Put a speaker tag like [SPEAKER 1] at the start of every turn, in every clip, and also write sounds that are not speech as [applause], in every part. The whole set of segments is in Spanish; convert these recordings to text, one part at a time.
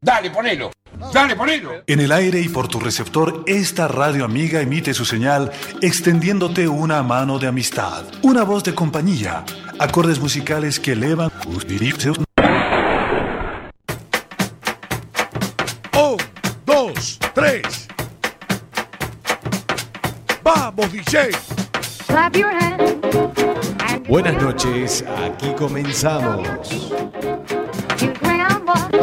[SPEAKER 1] Dale, ponelo. Dale, ponelo.
[SPEAKER 2] En el aire y por tu receptor, esta radio amiga emite su señal extendiéndote una mano de amistad, una voz de compañía, acordes musicales que elevan tus dirigentes.
[SPEAKER 3] Un, dos, tres. Vamos, DJ.
[SPEAKER 4] Clap your hands. and
[SPEAKER 5] Buenas noches, aquí comenzamos.
[SPEAKER 4] You swing out water,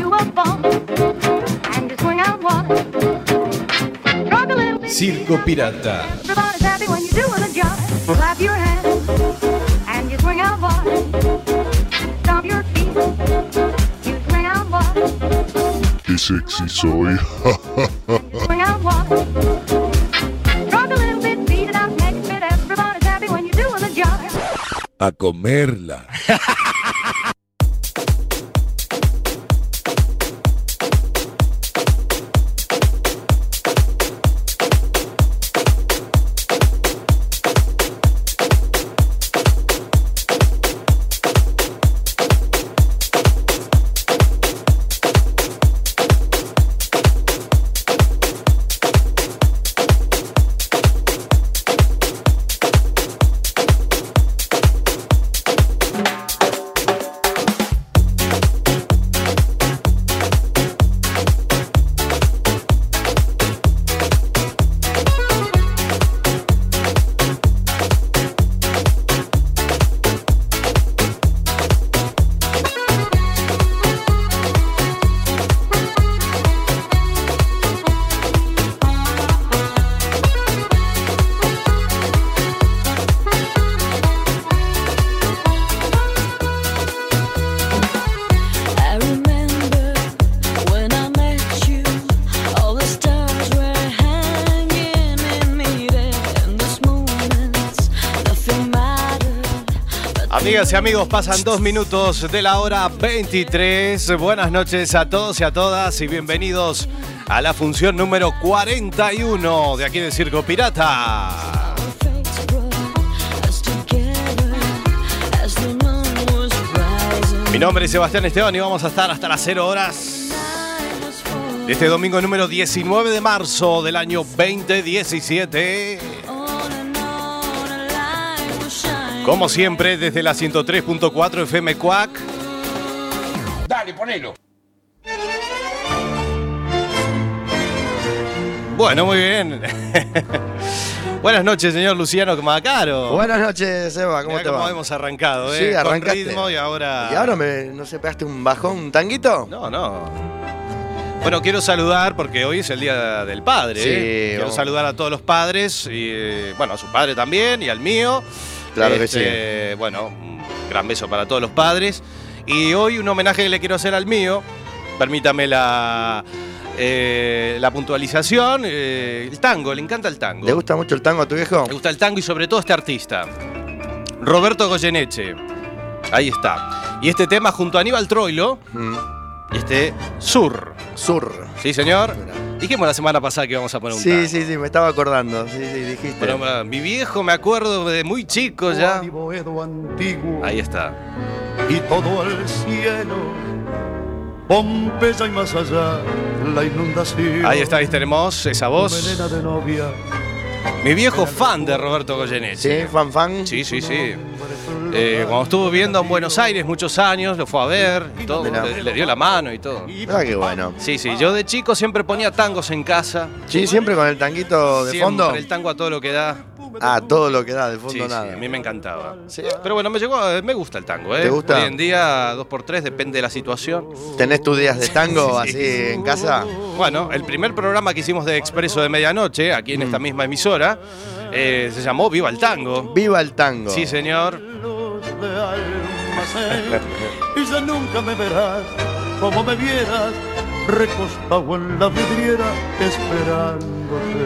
[SPEAKER 4] do a bump, and you swing out water. Rock a little bit,
[SPEAKER 5] Circo Pirata.
[SPEAKER 4] everybody's happy when you're doing the job. Clap your hands, and you swing out water. Stomp your feet, you swing out water.
[SPEAKER 6] Qué sexy soy.
[SPEAKER 4] Swing out water. Rock a little bit, beat it out, make it fit. Everybody's happy when you're doing the job.
[SPEAKER 3] A comerla.
[SPEAKER 7] I remember when I met you, all the stars were hanging in me in those moments. Nothing mattered.
[SPEAKER 5] Amigas y amigos, pasan dos minutos de la hora 23. Buenas noches a todos y a todas y bienvenidos a la función número 41 de aquí de Circo Pirata.
[SPEAKER 7] Our fates brought us together as the moon was rising.
[SPEAKER 5] Mi nombre es Sebastián Esteban y vamos a estar hasta las 0 horas
[SPEAKER 7] Night was
[SPEAKER 5] de este domingo número 19 de marzo del año 2017.
[SPEAKER 7] on and on, a light was shining.
[SPEAKER 5] Como siempre, desde la 103.4 FM Cuac.
[SPEAKER 1] Dale, ponelo.
[SPEAKER 5] Bueno, muy bien. [laughs] Buenas noches, señor Luciano Macaro.
[SPEAKER 8] Buenas noches, Eva, ¿cómo
[SPEAKER 5] Mirá
[SPEAKER 8] te
[SPEAKER 5] cómo
[SPEAKER 8] va?
[SPEAKER 5] hemos arrancado, ¿eh?
[SPEAKER 8] Sí,
[SPEAKER 5] Con
[SPEAKER 8] arrancaste.
[SPEAKER 5] ritmo y ahora...
[SPEAKER 8] Y ahora me, no sé, pegaste un bajón, un tanguito.
[SPEAKER 5] No, no. Bueno, quiero saludar porque hoy es el Día del Padre.
[SPEAKER 8] Sí,
[SPEAKER 5] ¿eh? Quiero
[SPEAKER 8] vamos.
[SPEAKER 5] saludar a todos los padres, y, eh, bueno, a su padre también y al mío.
[SPEAKER 8] Claro que
[SPEAKER 5] que sí. Bueno, un gran beso para todos los padres. Y hoy un homenaje que le quiero hacer al mío. Permítame la, eh, la puntualización. eh, el tango, le encanta el tango.
[SPEAKER 8] ¿Le gusta mucho el tango a tu viejo?
[SPEAKER 5] Me gusta el tango y sobre todo este artista, Roberto Goyeneche. Ahí está. Y este tema junto a Aníbal Troilo,
[SPEAKER 8] Mm,
[SPEAKER 5] este Sur.
[SPEAKER 8] Sur.
[SPEAKER 5] Sí, señor. Dijimos la semana pasada que íbamos a poner un tango.
[SPEAKER 8] Sí, sí, sí, me estaba acordando. Sí, sí, dijiste.
[SPEAKER 5] Bueno, ma- mi viejo me acuerdo de muy chico ya.
[SPEAKER 3] Boedo antiguo
[SPEAKER 5] Ahí está.
[SPEAKER 3] y todo al cielo. Pompeya y más allá, la inundación.
[SPEAKER 5] Ahí está, viste hermoso, esa voz.
[SPEAKER 3] Venena de novia.
[SPEAKER 5] Mi viejo fan de Roberto Goyeneche.
[SPEAKER 8] sí, fan fan.
[SPEAKER 5] Sí, sí, sí. Eh, cuando estuvo viviendo en Buenos Aires muchos años, lo fue a ver, y todo,
[SPEAKER 8] Mirá.
[SPEAKER 5] le, le dio la mano y todo.
[SPEAKER 8] Ah, qué bueno.
[SPEAKER 5] Sí, sí, yo de chico siempre ponía tangos en casa.
[SPEAKER 8] Sí, siempre con el tanguito de
[SPEAKER 5] Siempre
[SPEAKER 8] fondo.
[SPEAKER 5] El tango a todo lo que da.
[SPEAKER 8] Ah, todo lo que da, de
[SPEAKER 5] Sí,
[SPEAKER 8] fondo
[SPEAKER 5] sí,
[SPEAKER 8] nada.
[SPEAKER 5] a mí me encantaba.
[SPEAKER 8] Sí.
[SPEAKER 5] Pero bueno, me llegó, eh, me gusta el tango, ¿eh?
[SPEAKER 8] ¿Te gusta?
[SPEAKER 5] Hoy en día, dos por tres, depende de la situación.
[SPEAKER 8] ¿Tenés tus días de tango
[SPEAKER 5] Sí.
[SPEAKER 8] así en casa?
[SPEAKER 5] Bueno, el primer programa que hicimos de Expreso de Medianoche, aquí
[SPEAKER 8] Mm.
[SPEAKER 5] en esta misma emisora, eh, se llamó Viva el Tango.
[SPEAKER 8] Viva el tango.
[SPEAKER 5] Sí, señor.
[SPEAKER 3] Luz de
[SPEAKER 5] [laughs]
[SPEAKER 3] almacén. y ya nunca me verás como me vieras, recostado en la vidriera esperándote.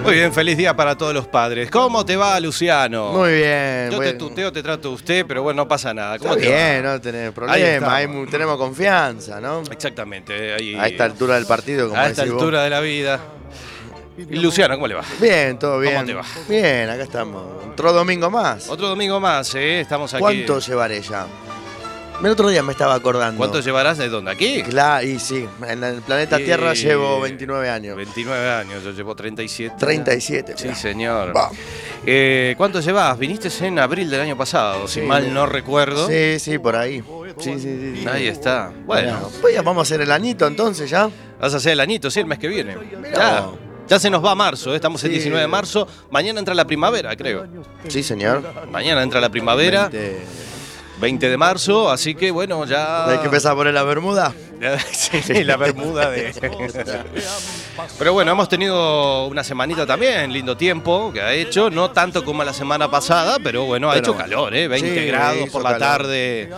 [SPEAKER 5] Muy bien, feliz día para todos los padres. ¿Cómo te va, Luciano?
[SPEAKER 8] Muy bien.
[SPEAKER 5] Yo te
[SPEAKER 8] bueno.
[SPEAKER 5] tuteo, te trato usted, pero bueno, no pasa nada. ¿Cómo
[SPEAKER 8] Está
[SPEAKER 5] te va?
[SPEAKER 8] bien, no tenés problema.
[SPEAKER 5] Ahí
[SPEAKER 8] Ahí
[SPEAKER 5] está.
[SPEAKER 8] mu- tenemos confianza, ¿no?
[SPEAKER 5] Exactamente. eh, ahí-
[SPEAKER 8] A esta altura del partido, como
[SPEAKER 5] a esta
[SPEAKER 8] decís vos.
[SPEAKER 5] altura de la vida. Y Luciano, ¿cómo le va?
[SPEAKER 8] Bien, todo bien.
[SPEAKER 5] ¿Cómo te va?
[SPEAKER 8] Bien, acá estamos. Otro domingo más.
[SPEAKER 5] Otro domingo más, ¿eh? Estamos aquí.
[SPEAKER 8] ¿Cuánto llevaré ya? El otro día me estaba acordando.
[SPEAKER 5] ¿Cuánto llevarás de dónde? ¿Aquí?
[SPEAKER 8] Claro, y sí, en el planeta Tierra
[SPEAKER 5] Y-
[SPEAKER 8] llevo 29 años.
[SPEAKER 5] 29 años, yo llevo 37.
[SPEAKER 8] 37.
[SPEAKER 5] Sí,
[SPEAKER 8] mirá.
[SPEAKER 5] señor.
[SPEAKER 8] Va.
[SPEAKER 5] Eh, ¿Cuánto llevas? Viniste en abril del año pasado, si
[SPEAKER 8] Sí.
[SPEAKER 5] mal no recuerdo.
[SPEAKER 8] Sí, sí, por ahí. Sí, sí, sí.
[SPEAKER 5] Ahí está. Bueno,
[SPEAKER 8] Pues ya vamos a hacer el añito entonces ya.
[SPEAKER 5] vas a hacer el añito, sí, el mes que viene. Ya,
[SPEAKER 8] vos.
[SPEAKER 5] ya se nos va marzo, eh, estamos el
[SPEAKER 8] Sí.
[SPEAKER 5] 19 de marzo. Mañana entra la primavera, creo.
[SPEAKER 8] Sí, señor.
[SPEAKER 5] Mañana entra la primavera,
[SPEAKER 8] Veinte.
[SPEAKER 5] 20 de marzo, así que bueno, ya...
[SPEAKER 8] Hay que empezar a poner la bermuda.
[SPEAKER 5] [laughs] sí, la bermuda de...
[SPEAKER 8] [laughs]
[SPEAKER 5] Pero bueno, hemos tenido una semanita también, lindo tiempo que ha hecho, no tanto como la semana pasada, pero bueno, ha
[SPEAKER 8] Pero
[SPEAKER 5] hecho
[SPEAKER 8] bueno.
[SPEAKER 5] calor, ¿eh? 20
[SPEAKER 8] Sí,
[SPEAKER 5] grados
[SPEAKER 8] hizo
[SPEAKER 5] por la
[SPEAKER 8] calor.
[SPEAKER 5] tarde.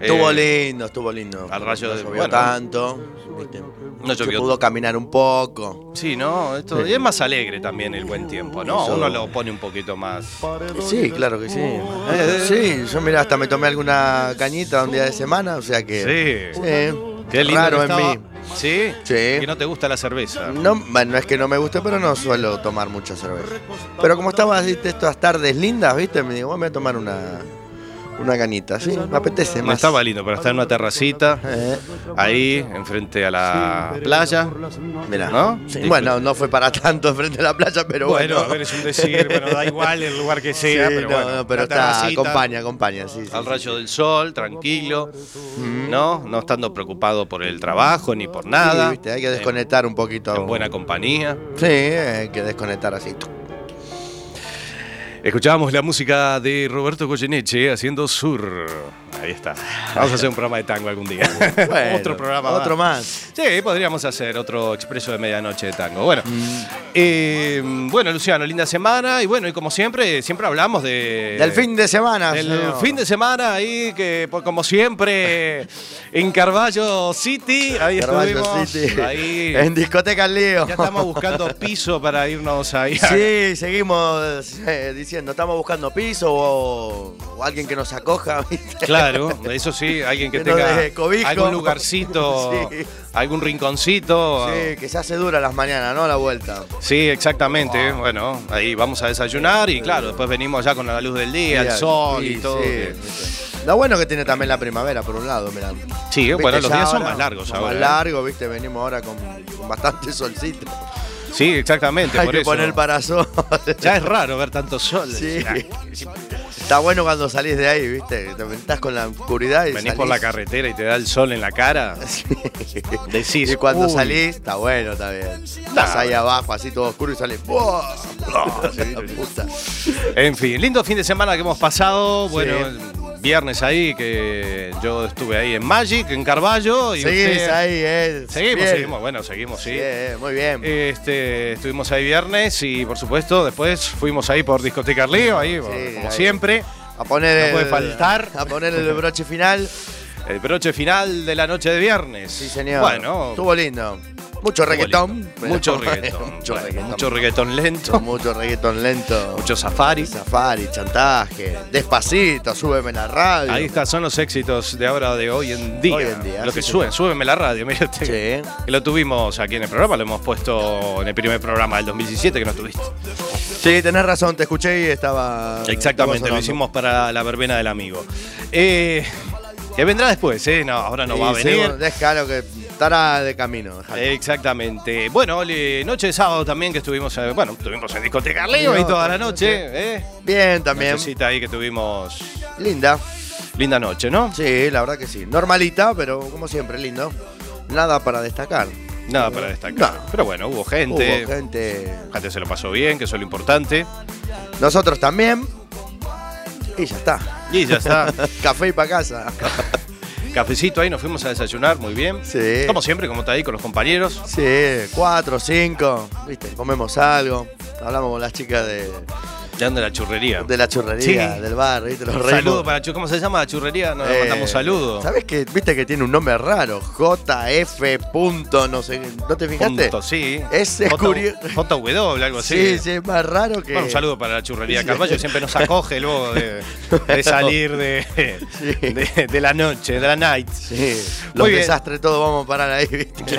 [SPEAKER 8] Estuvo
[SPEAKER 5] Eh,
[SPEAKER 8] lindo, estuvo lindo.
[SPEAKER 5] al rayo
[SPEAKER 8] no
[SPEAKER 5] de-
[SPEAKER 8] llovió
[SPEAKER 5] bueno.
[SPEAKER 8] tanto. viste.
[SPEAKER 5] No llovió.
[SPEAKER 8] Se pudo caminar un poco.
[SPEAKER 5] Sí, ¿no? Esto, y es más alegre también el buen tiempo, ¿no?
[SPEAKER 8] Eso.
[SPEAKER 5] Uno lo pone un poquito más...
[SPEAKER 8] Sí, claro que sí. Eh, sí, yo mira, hasta me tomé alguna cañita un día de semana, o sea que.
[SPEAKER 5] Sí.
[SPEAKER 8] Sí.
[SPEAKER 5] Qué lindo
[SPEAKER 8] Raro
[SPEAKER 5] que
[SPEAKER 8] en
[SPEAKER 5] estaba.
[SPEAKER 8] mí.
[SPEAKER 5] ¿Sí?
[SPEAKER 8] Sí.
[SPEAKER 5] Que no te gusta la cerveza.
[SPEAKER 8] No, bueno, no es que no me guste, pero no suelo tomar mucha cerveza. Pero como estaba viste, estas tardes lindas, ¿viste? Me digo, "Bueno, me voy a tomar una, una canita, ¿sí? Me apetece
[SPEAKER 5] No
[SPEAKER 8] más.
[SPEAKER 5] estaba lindo, pero está en una terracita,
[SPEAKER 8] Eh,
[SPEAKER 5] ahí, enfrente a la playa.
[SPEAKER 8] mirá.
[SPEAKER 5] ¿No?
[SPEAKER 8] Sí, bueno, no fue para tanto [laughs] frente a la playa, pero bueno.
[SPEAKER 5] Bueno, a ver, es un decir, bueno, da igual el lugar que
[SPEAKER 8] [laughs] Sí,
[SPEAKER 5] sea, pero
[SPEAKER 8] no,
[SPEAKER 5] bueno.
[SPEAKER 8] no, pero
[SPEAKER 5] una
[SPEAKER 8] está,
[SPEAKER 5] terracita,
[SPEAKER 8] acompaña, acompaña, sí. sí,
[SPEAKER 5] Al
[SPEAKER 8] sí.
[SPEAKER 5] rayo del sol, tranquilo, ¿no? No estando preocupado por el trabajo ni por nada.
[SPEAKER 8] Sí, viste, hay que desconectar un poquito.
[SPEAKER 5] En buena compañía.
[SPEAKER 8] Sí, hay que desconectar así.
[SPEAKER 5] Escuchábamos la música de Roberto Goyeneche haciendo sur. Ahí está. Vamos a hacer un programa de tango algún día.
[SPEAKER 8] [laughs] Bueno,
[SPEAKER 5] otro programa.
[SPEAKER 8] Otro
[SPEAKER 5] más.
[SPEAKER 8] más.
[SPEAKER 5] Sí, podríamos hacer otro expreso de medianoche de tango. Bueno,
[SPEAKER 8] Mm.
[SPEAKER 5] eh, bueno, Luciano, linda semana. Y bueno, y como siempre, siempre hablamos de.
[SPEAKER 8] Del fin de semana.
[SPEAKER 5] Eh, del
[SPEAKER 8] señor.
[SPEAKER 5] fin de semana ahí, que pues, como siempre, en Carballo City, ahí
[SPEAKER 8] Carvalho
[SPEAKER 5] estuvimos.
[SPEAKER 8] City.
[SPEAKER 5] Ahí
[SPEAKER 8] En discoteca al lío.
[SPEAKER 5] ya estamos buscando piso para irnos ahí.
[SPEAKER 8] [laughs] Sí, seguimos eh, diciendo, estamos buscando piso o, o alguien que nos acoja. [laughs] ¿viste?
[SPEAKER 5] Claro, eso sí, alguien que,
[SPEAKER 8] Que nos
[SPEAKER 5] tenga
[SPEAKER 8] dé cobijo.
[SPEAKER 5] algún lugarcito,
[SPEAKER 8] Sí.
[SPEAKER 5] algún rinconcito.
[SPEAKER 8] Sí, que se hace dura las mañanas, ¿no? La vuelta.
[SPEAKER 5] Sí, exactamente. Bueno, ahí vamos a desayunar y claro, después venimos ya con la luz del día, el
[SPEAKER 8] Sí,
[SPEAKER 5] sol
[SPEAKER 8] sí,
[SPEAKER 5] y todo.
[SPEAKER 8] sí.
[SPEAKER 5] que-
[SPEAKER 8] Lo bueno que tiene también la primavera, por un lado, mirá.
[SPEAKER 5] Sí,
[SPEAKER 8] Viste,
[SPEAKER 5] bueno, los
[SPEAKER 8] ya
[SPEAKER 5] días son
[SPEAKER 8] ahora,
[SPEAKER 5] más largos
[SPEAKER 8] son
[SPEAKER 5] ahora,
[SPEAKER 8] Más
[SPEAKER 5] ¿eh?
[SPEAKER 8] largos, viste, venimos ahora con, con bastante solcito.
[SPEAKER 5] Sí, exactamente.
[SPEAKER 8] [laughs] Hay
[SPEAKER 5] por
[SPEAKER 8] que
[SPEAKER 5] eso.
[SPEAKER 8] poner parasol.
[SPEAKER 5] Ya es raro ver tanto sol.
[SPEAKER 8] Sí.
[SPEAKER 5] Ya,
[SPEAKER 8] Está bueno cuando salís de ahí, viste. Te estás con la oscuridad y
[SPEAKER 5] Venís por la
[SPEAKER 8] carrera.
[SPEAKER 5] carretera y te da el sol en la cara. Decís.
[SPEAKER 8] [laughs] Y cuando
[SPEAKER 5] "Uy".
[SPEAKER 8] salís, está bueno, está bien. Estás ahí abajo, así todo oscuro y salís. ¡buah! [laughs] La puta.
[SPEAKER 5] En fin, lindo fin de semana que hemos pasado. Bueno, viernes ahí que yo estuve ahí en Magic, en Carballo. Y
[SPEAKER 8] Seguís
[SPEAKER 5] usted-
[SPEAKER 8] ahí, eh.
[SPEAKER 5] Seguimos,
[SPEAKER 8] Bien.
[SPEAKER 5] seguimos. Bueno, seguimos, sí.
[SPEAKER 8] Bien, muy bien.
[SPEAKER 5] Este, estuvimos ahí viernes y por supuesto después fuimos ahí por Discoteca Arleo, ahí como
[SPEAKER 8] ahí.
[SPEAKER 5] siempre.
[SPEAKER 8] A poner
[SPEAKER 5] no
[SPEAKER 8] el,
[SPEAKER 5] puede faltar.
[SPEAKER 8] [laughs] A poner el broche final.
[SPEAKER 5] El broche final de la noche de viernes.
[SPEAKER 8] Sí, señor.
[SPEAKER 5] Bueno,
[SPEAKER 8] Estuvo lindo. Mucho reggaetón. pero- [laughs]
[SPEAKER 5] Mucho reggaetón.
[SPEAKER 8] mucho
[SPEAKER 5] Bueno,
[SPEAKER 8] reggaetón.
[SPEAKER 5] Mucho reggaetón lento.
[SPEAKER 8] Mucho reggaetón lento.
[SPEAKER 5] Mucho safari.
[SPEAKER 8] Safari, chantaje. Despacito, súbeme la radio.
[SPEAKER 5] Ahí está, son los éxitos de ahora de hoy en día.
[SPEAKER 8] Hoy en día,
[SPEAKER 5] Lo
[SPEAKER 8] sí,
[SPEAKER 5] que
[SPEAKER 8] sí.
[SPEAKER 5] suben, súbeme la radio, mira usted.
[SPEAKER 8] Sí.
[SPEAKER 5] Que lo tuvimos aquí en el programa, lo hemos puesto en el primer programa del 2017 que no estuviste.
[SPEAKER 8] Sí, tenés razón, te escuché y estaba.
[SPEAKER 5] Exactamente,
[SPEAKER 8] estaba
[SPEAKER 5] lo
[SPEAKER 8] sonando.
[SPEAKER 5] hicimos para la verbena del amigo. Eh, que vendrá después, ¿eh? No, ahora no
[SPEAKER 8] Y
[SPEAKER 5] va a venir.
[SPEAKER 8] seguro- Déjalo que estará de camino. dejalo.
[SPEAKER 5] Exactamente. Bueno, Oli, noche de sábado también que estuvimos, eh, bueno, estuvimos en discoteca Leo ahí toda la noche, ¿eh?
[SPEAKER 8] Bien, también.
[SPEAKER 5] Nochecita ahí que tuvimos
[SPEAKER 8] Linda.
[SPEAKER 5] linda noche, ¿no?
[SPEAKER 8] Sí, la verdad que sí. Normalita, pero como siempre, lindo. Nada para destacar.
[SPEAKER 5] Nada para destacar.
[SPEAKER 8] No.
[SPEAKER 5] Pero bueno, hubo gente,
[SPEAKER 8] Hubo gente.
[SPEAKER 5] la gente se lo pasó bien, que eso es lo importante.
[SPEAKER 8] Nosotros también. Y ya está.
[SPEAKER 5] Y ya [laughs] está.
[SPEAKER 8] [laughs] Café y para casa.
[SPEAKER 5] Cafecito ahí, nos fuimos a desayunar, muy bien.
[SPEAKER 8] Sí.
[SPEAKER 5] Como siempre, como está ahí con los compañeros.
[SPEAKER 8] Sí, cuatro, cinco. Viste, comemos algo. Hablamos con las chicas de,
[SPEAKER 5] Llegando a la churrería.
[SPEAKER 8] de la churrería,
[SPEAKER 5] Sí.
[SPEAKER 8] del bar, ¿viste? Los reímos.
[SPEAKER 5] Saludo para Chu- ¿Cómo se llama la churrería? Nos
[SPEAKER 8] Eh,
[SPEAKER 5] mandamos saludos.
[SPEAKER 8] ¿Sabes que viste que tiene un nombre raro? JF. Punto, no sé, ¿no te fijaste?
[SPEAKER 5] Punto, sí.
[SPEAKER 8] Es- es
[SPEAKER 5] J-
[SPEAKER 8] curio-
[SPEAKER 5] JW, algo así.
[SPEAKER 8] Sí, sí, es más raro que.
[SPEAKER 5] Bueno, un saludo para la churrería Carballo, que siempre nos acoge luego
[SPEAKER 8] [laughs]
[SPEAKER 5] de, de salir de, de- de la noche, de la night.
[SPEAKER 8] Sí, los
[SPEAKER 5] Muy bien.
[SPEAKER 8] desastres todos vamos a parar ahí, ¿viste?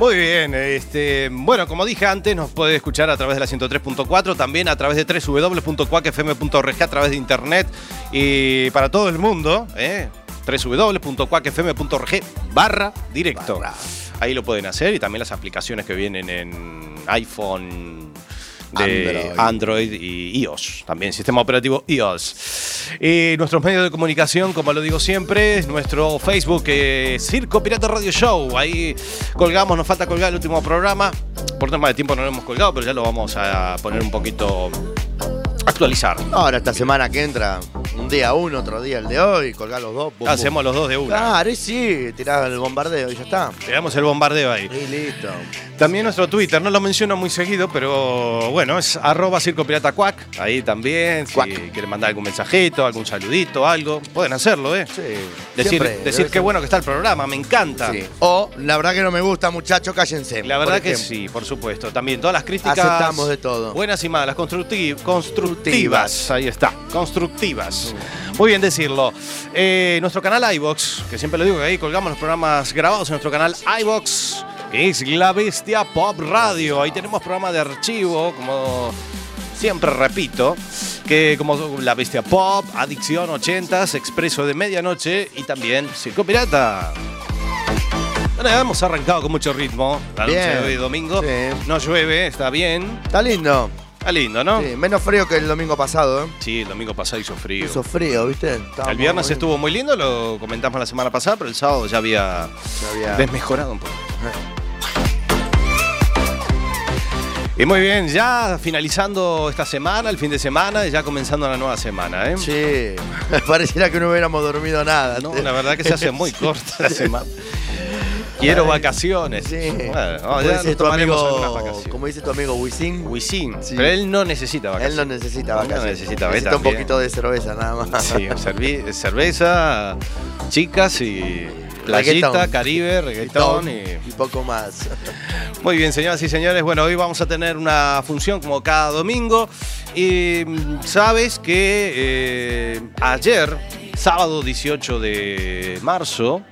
[SPEAKER 5] Muy bien, este, bueno, como dije antes, nos puede escuchar a través de la 103.4 24, también a través de www.cuacfm.org, a través de internet y para todo el mundo, ¿eh? www.cuacfm.org barra directo. Ahí lo pueden hacer y también las aplicaciones que vienen en iPhone, de
[SPEAKER 8] Android.
[SPEAKER 5] Android. y iOS, también sistema operativo iOS. Y nuestros medios de comunicación, como lo digo siempre, es nuestro Facebook, eh, Circo Pirata Radio Show. Ahí colgamos, nos falta colgar el último programa. Por tema de tiempo no lo hemos colgado, pero ya lo vamos a poner un poquito actualizar.
[SPEAKER 8] [laughs] Ahora, esta semana que entra, un día uno, otro día el de hoy, colgar los dos. bum, bum.
[SPEAKER 5] Hacemos los dos de una.
[SPEAKER 8] Claro, y sí, tirás el bombardeo y ya está.
[SPEAKER 5] Le damos el bombardeo ahí.
[SPEAKER 8] Y listo.
[SPEAKER 5] También nuestro Twitter, no lo menciono muy seguido, pero bueno, es arroba Circo Pirata Cuac. Ahí también, si
[SPEAKER 8] Cuac.
[SPEAKER 5] quieren mandar algún mensajito, algún saludito, algo, pueden hacerlo, ¿eh?
[SPEAKER 8] Sí.
[SPEAKER 5] Decir,
[SPEAKER 8] siempre, de
[SPEAKER 5] decir
[SPEAKER 8] vez
[SPEAKER 5] qué
[SPEAKER 8] en-
[SPEAKER 5] bueno que está el programa, me encanta.
[SPEAKER 8] Sí. O, la verdad que no me gusta, muchachos, cállense.
[SPEAKER 5] La verdad
[SPEAKER 8] por
[SPEAKER 5] que
[SPEAKER 8] ejemplo.
[SPEAKER 5] sí, por supuesto. También todas las críticas.
[SPEAKER 8] Aceptamos de todo.
[SPEAKER 5] Buenas y malas, constructi- constructivas. Ahí está, constructivas. Muy bien decirlo. Eh, nuestro canal iBox, que siempre lo digo que ahí colgamos los programas grabados en nuestro canal iBox, que es La Bestia Pop Radio. Ahí tenemos programa de archivo, como siempre repito, que como La Bestia Pop, Adicción 80s, Expreso de Medianoche y también Circo Pirata. Bueno, ya hemos arrancado con mucho ritmo la noche
[SPEAKER 8] Bien.
[SPEAKER 5] de hoy domingo.
[SPEAKER 8] Sí.
[SPEAKER 5] No llueve, está bien.
[SPEAKER 8] Está lindo.
[SPEAKER 5] Está lindo, ¿no? Sí,
[SPEAKER 8] Sí, menos frío que el domingo pasado, ¿eh?
[SPEAKER 5] el domingo pasado hizo frío.
[SPEAKER 8] Hizo frío, ¿viste? Estábamos
[SPEAKER 5] el viernes
[SPEAKER 8] muy-
[SPEAKER 5] estuvo muy lindo, lo comentamos la semana pasada, pero el sábado ya había
[SPEAKER 8] Ya había-
[SPEAKER 5] desmejorado un poco. Y muy bien, ya finalizando esta semana, el fin de semana, y ya comenzando la nueva semana, ¿eh?
[SPEAKER 8] Sí, [laughs] pareciera que no hubiéramos dormido nada.
[SPEAKER 5] No, la verdad que se hace
[SPEAKER 8] [laughs]
[SPEAKER 5] muy corta la semana. [laughs] Quiero vacaciones.
[SPEAKER 8] Sí.
[SPEAKER 5] Bueno, no, ya
[SPEAKER 8] como, dice
[SPEAKER 5] nos
[SPEAKER 8] tu
[SPEAKER 5] tomaremos algunas
[SPEAKER 8] amigo,
[SPEAKER 5] vacaciones.
[SPEAKER 8] como dice tu amigo Wisin,
[SPEAKER 5] Wisin,
[SPEAKER 8] Sí.
[SPEAKER 5] pero él no necesita
[SPEAKER 8] él
[SPEAKER 5] vacaciones.
[SPEAKER 8] no necesita
[SPEAKER 5] No
[SPEAKER 8] vacaciones.
[SPEAKER 5] necesita, ve,
[SPEAKER 8] un
[SPEAKER 5] también.
[SPEAKER 8] poquito de cerveza nada más.
[SPEAKER 5] Sí,
[SPEAKER 8] [laughs]
[SPEAKER 5] servi- cerveza, chicas y playita,
[SPEAKER 8] Reggaetón.
[SPEAKER 5] caribe, reggaetón y...
[SPEAKER 8] y
[SPEAKER 5] [laughs]
[SPEAKER 8] poco más.
[SPEAKER 5] Muy bien, señoras y señores, bueno, hoy vamos a tener una función como cada domingo y mm, sabes que eh, ayer, sábado 18 de marzo,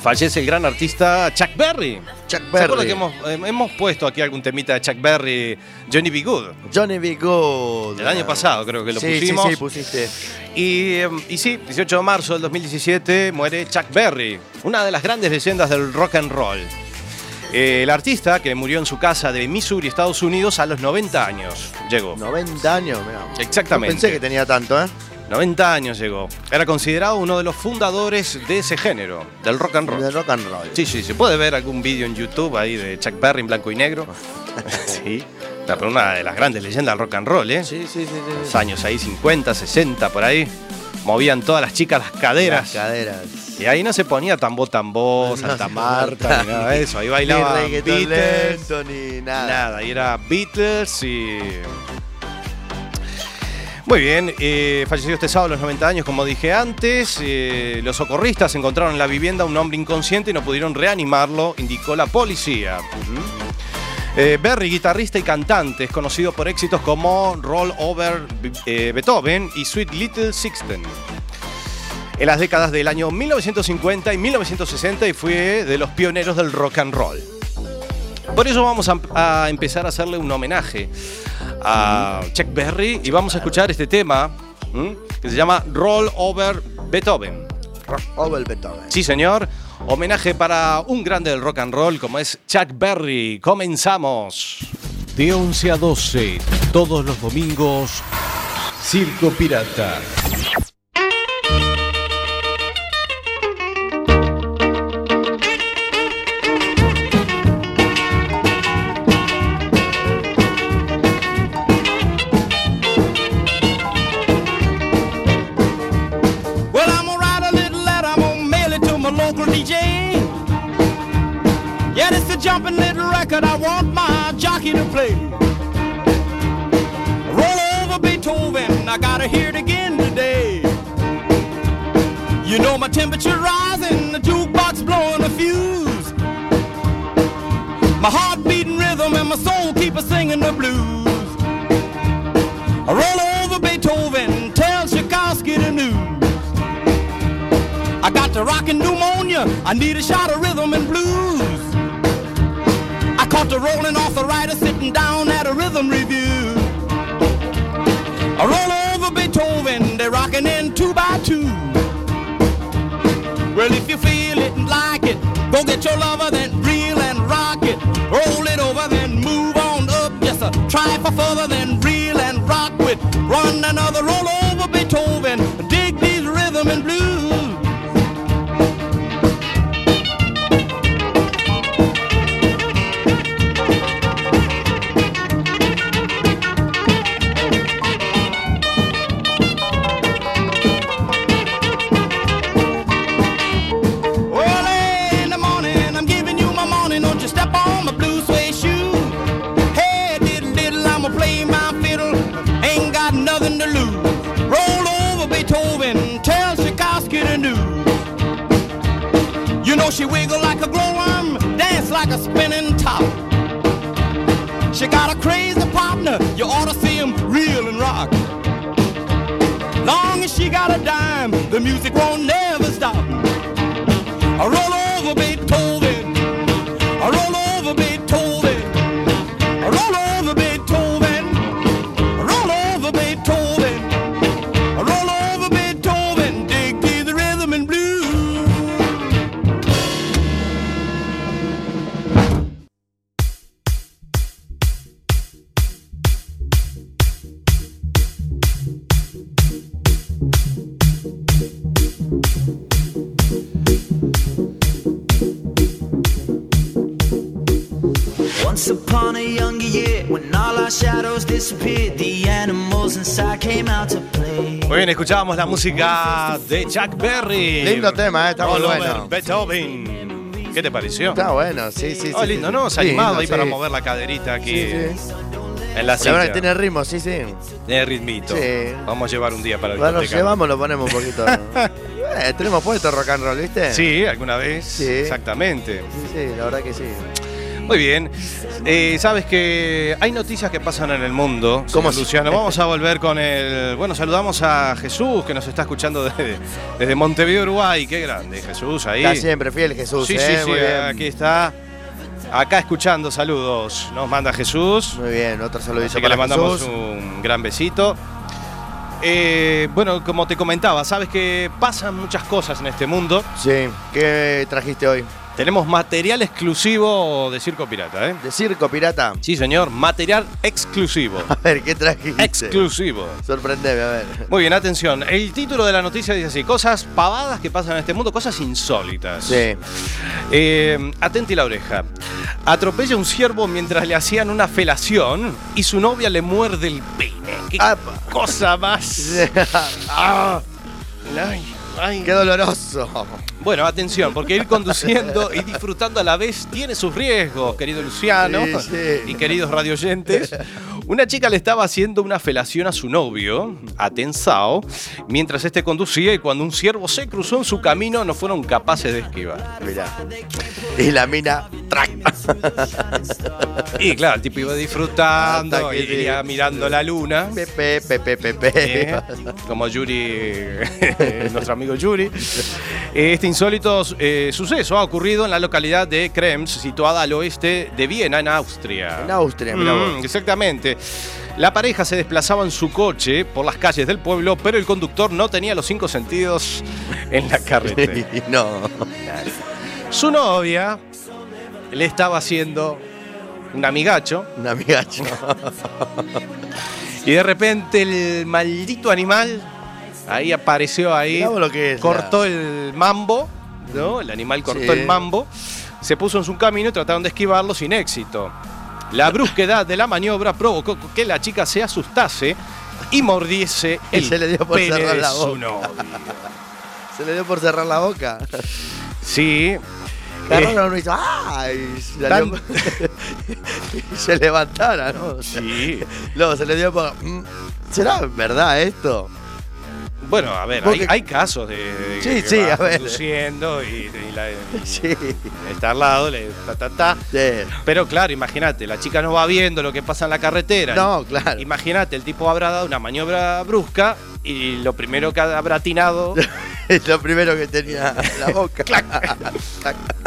[SPEAKER 5] fallece el gran artista Chuck Berry.
[SPEAKER 8] Chuck
[SPEAKER 5] ¿Se acuerdan
[SPEAKER 8] Berry.
[SPEAKER 5] que hemos, eh, hemos puesto aquí algún temita de Chuck Berry, Johnny B. Good?
[SPEAKER 8] Johnny B. Good.
[SPEAKER 5] El año pasado creo que lo
[SPEAKER 8] Sí,
[SPEAKER 5] pusimos.
[SPEAKER 8] Sí, sí, pusiste.
[SPEAKER 5] Y, eh, y sí, 18 de marzo del 2017 muere Chuck Berry, una de las grandes leyendas del rock and roll. Eh, el artista que murió en su casa de Missouri, Estados Unidos, a los 90 años llegó.
[SPEAKER 8] 90 años, mirá.
[SPEAKER 5] Exactamente.
[SPEAKER 8] No pensé que tenía tanto, ¿eh?
[SPEAKER 5] 90 años llegó. Era considerado uno de los fundadores de ese género, del rock and
[SPEAKER 8] De
[SPEAKER 5] roll.
[SPEAKER 8] rock and roll.
[SPEAKER 5] Sí, sí, se puede ver algún vídeo en YouTube ahí de Chuck Berry en blanco y negro. sí, pero una de las grandes leyendas del rock and roll, ¿eh?
[SPEAKER 8] sí, sí. sí, sí.
[SPEAKER 5] Los años ahí, 50, 60, por ahí. Movían todas las chicas las caderas.
[SPEAKER 8] Las caderas.
[SPEAKER 5] Y ahí no se ponía tambo tambo,
[SPEAKER 8] No,
[SPEAKER 5] Santa
[SPEAKER 8] no,
[SPEAKER 5] Marta, ni nada de eso. Ahí bailaba
[SPEAKER 8] Ni reggaetón
[SPEAKER 5] Beatles,
[SPEAKER 8] lento, ni nada.
[SPEAKER 5] nada. Y era Beatles y. Muy bien, eh, falleció este sábado a los 90 años, como dije antes. Eh, los socorristas encontraron en la vivienda a un hombre inconsciente y no pudieron reanimarlo, indicó la policía. Eh, Berry, guitarrista y cantante, es conocido por éxitos como Roll Over eh, Beethoven y Sweet Little Sixteen. En las décadas del año 1950 y 1960 y fue de los pioneros del rock and roll. Por eso vamos a, a empezar a hacerle un homenaje a Chuck Berry y vamos a escuchar este tema ¿m? que se llama Roll Over Beethoven.
[SPEAKER 8] O el Beethoven.
[SPEAKER 5] Sí, señor. Homenaje para un grande del rock and roll como es Chuck Berry. Comenzamos.
[SPEAKER 9] De 11 a 12, todos los domingos, Circo Pirata.
[SPEAKER 10] Well, I'm gonna write a little letter, I'm gonna mail it to my local DJ. Yeah, this a jumping little record I want my jockey to play. Roll over Beethoven, I gotta hear it again today. You know my temperature rising, the jukebox blowing a fuse. My heart beating rhythm and my soul keep a singing the blues. I roll over Beethoven, tell Tchaikovsky the news. I got the rockin' pneumonia. I need a shot of rhythm and blues. I
[SPEAKER 6] Caught the rolling off the writer sitting down at a rhythm review. I roll over Beethoven, they're rocking in two by two. Well, if you feel it and like it, go get your lover, then reel and rock it. Roll it over, then move on up just a trifle further, then reel and rock with. Run another roll over Beethoven, dig these rhythm and blues. Early in the morning, I'm giving you my morning. Don't you step on my blue suede shoe. Hey, diddle diddle, I'ma play my fiddle. Ain't got nothing to lose. Roll over Beethoven, tell Tchaikovsky the news. You know she wiggle like a glowworm, dance like a spinning top. She got a crazy partner, you ought to see him reel and rock. Long as she got a dime, the music won't never stop. I roll over Beethoven. I roll over Beethoven. I roll over Beethoven. I roll over Beethoven. I roll over Beethoven. Dig to the rhythm and blues.
[SPEAKER 3] Once upon a younger year, when all our shadows disappeared, the animals inside came out to play.
[SPEAKER 5] Muy bien, escuchábamos la música de Chuck Berry.
[SPEAKER 8] Lindo tema, eh, está muy
[SPEAKER 5] All over
[SPEAKER 8] bueno.
[SPEAKER 5] Beethoven. ¿Qué te pareció?
[SPEAKER 8] Está bueno, sí, sí, sí.
[SPEAKER 5] Oh,
[SPEAKER 8] sí,
[SPEAKER 5] lindo,
[SPEAKER 8] sí.
[SPEAKER 5] ¿no? Se ha animado
[SPEAKER 8] Lindo,
[SPEAKER 5] ahí para
[SPEAKER 8] sí.
[SPEAKER 5] mover la caderita aquí
[SPEAKER 8] Sí, sí.
[SPEAKER 5] en la
[SPEAKER 8] La verdad que
[SPEAKER 5] silla.
[SPEAKER 8] tiene ritmo, sí, sí.
[SPEAKER 5] Tiene ritmito.
[SPEAKER 8] Sí.
[SPEAKER 5] Vamos a llevar un día para el
[SPEAKER 8] Bueno, llevamos, lo ponemos
[SPEAKER 5] [laughs]
[SPEAKER 8] un poquito. eh, tenemos puesto rock and roll, ¿viste?
[SPEAKER 5] Sí, alguna vez.
[SPEAKER 8] Sí.
[SPEAKER 5] Exactamente.
[SPEAKER 8] Sí, sí, la verdad que sí.
[SPEAKER 5] Muy bien. Eh, Sabes que hay noticias que pasan en el mundo.
[SPEAKER 8] ¿Cómo
[SPEAKER 5] señor
[SPEAKER 8] sí?
[SPEAKER 5] Luciano? Vamos a volver con el. Bueno, saludamos a Jesús que nos está escuchando desde, desde Montevideo, Uruguay. Qué grande, Jesús ahí.
[SPEAKER 8] Está siempre fiel Jesús,
[SPEAKER 5] Sí,
[SPEAKER 8] eh,
[SPEAKER 5] sí, sí.
[SPEAKER 8] muy bien.
[SPEAKER 5] Aquí está. Acá escuchando, saludos. Nos manda Jesús.
[SPEAKER 8] Muy bien, otro saludito
[SPEAKER 5] Así que
[SPEAKER 8] para
[SPEAKER 5] le mandamos
[SPEAKER 8] Jesús.
[SPEAKER 5] un gran besito. Eh, bueno, como te comentaba, sabes que pasan muchas cosas en este mundo.
[SPEAKER 8] Sí, ¿qué trajiste hoy?
[SPEAKER 5] Tenemos material exclusivo de Circo Pirata, ¿eh?
[SPEAKER 8] ¿De circo, pirata?
[SPEAKER 5] Sí, señor, material
[SPEAKER 8] [laughs]
[SPEAKER 5] exclusivo.
[SPEAKER 8] A ver, ¿qué trajiste?
[SPEAKER 5] exclusivo.
[SPEAKER 8] Sorprendeme, a ver.
[SPEAKER 5] Muy bien, atención. El título de la noticia dice así: cosas pavadas que pasan en este mundo, cosas insólitas.
[SPEAKER 8] Sí.
[SPEAKER 5] Eh, atenti la oreja. Atropella un ciervo mientras le hacían una felación y su novia le muerde el pene. ¿Qué
[SPEAKER 8] Apa.
[SPEAKER 5] cosa
[SPEAKER 8] [laughs]
[SPEAKER 5] más?
[SPEAKER 8] Ah,
[SPEAKER 5] [laughs] Ay, ay.
[SPEAKER 8] ¡Qué doloroso!
[SPEAKER 5] Bueno, atención, porque ir conduciendo y disfrutando a la vez tiene sus riesgos, querido Luciano
[SPEAKER 8] Sí, sí.
[SPEAKER 5] y queridos radioyentes. Una chica le estaba haciendo una felación a su novio, atensao, mientras este conducía y cuando un ciervo se cruzó en su camino no fueron capaces de esquivar.
[SPEAKER 8] Mirá. Y la mina, track.
[SPEAKER 5] Y claro, el tipo iba
[SPEAKER 8] Hasta
[SPEAKER 5] disfrutando,
[SPEAKER 8] que
[SPEAKER 5] iba
[SPEAKER 8] sí.
[SPEAKER 5] mirando la luna.
[SPEAKER 8] Pepe, pepe, pepe.
[SPEAKER 5] ¿eh?
[SPEAKER 8] [laughs]
[SPEAKER 5] [laughs] como Yuri, nuestro amigo Yuri. Eh, Este insólito eh, suceso ha ocurrido en la localidad de Krems, situada al oeste de Viena, en Austria.
[SPEAKER 8] En Austria, mirá vos.
[SPEAKER 5] Mm, exactamente. La pareja se desplazaba en su coche por las calles del pueblo, pero el conductor no tenía los cinco sentidos en la
[SPEAKER 8] [laughs]
[SPEAKER 5] carretera.
[SPEAKER 8] Y no.
[SPEAKER 5] Su novia le estaba haciendo un amigacho
[SPEAKER 8] Un amigacho.
[SPEAKER 5] y de repente el maldito animal ahí apareció ahí.
[SPEAKER 8] Mirá vos lo que es.
[SPEAKER 5] cortó el mambo, ¿no? El animal cortó
[SPEAKER 8] Sí.
[SPEAKER 5] el mambo, se puso en su camino y trataron de esquivarlo sin éxito. La brusquedad de la maniobra provocó que la chica se asustase y mordiese
[SPEAKER 8] Y
[SPEAKER 5] el
[SPEAKER 8] se le dio por
[SPEAKER 5] pene
[SPEAKER 8] cerrar
[SPEAKER 5] de
[SPEAKER 8] la
[SPEAKER 5] su
[SPEAKER 8] boca.
[SPEAKER 5] novio.
[SPEAKER 8] la- Se le dio por cerrar la boca.
[SPEAKER 5] Sí. Eh,
[SPEAKER 8] Agarraron uno y hizo ¡ay! Y salió-
[SPEAKER 5] Tan-
[SPEAKER 8] [laughs] y se levantara, ¿no?
[SPEAKER 5] sí.
[SPEAKER 8] Luego se le dio por. mm, ¿Será verdad esto?
[SPEAKER 5] Bueno, a ver,
[SPEAKER 8] Porque-
[SPEAKER 5] hay, hay casos de, de
[SPEAKER 8] Sí,
[SPEAKER 5] que
[SPEAKER 8] sí,
[SPEAKER 5] vas
[SPEAKER 8] a ver.
[SPEAKER 5] conduciendo y, y la- y
[SPEAKER 8] Sí.
[SPEAKER 5] está al lado, le- ta, ta, ta.
[SPEAKER 8] Sí.
[SPEAKER 5] Pero claro, imagínate, la chica no va viendo lo que pasa en la carretera.
[SPEAKER 8] No, claro.
[SPEAKER 5] Imagínate, el tipo habrá dado una maniobra brusca y lo primero que habrá atinado
[SPEAKER 8] [laughs] Es lo primero que tenía en la
[SPEAKER 5] [laughs]
[SPEAKER 8] boca.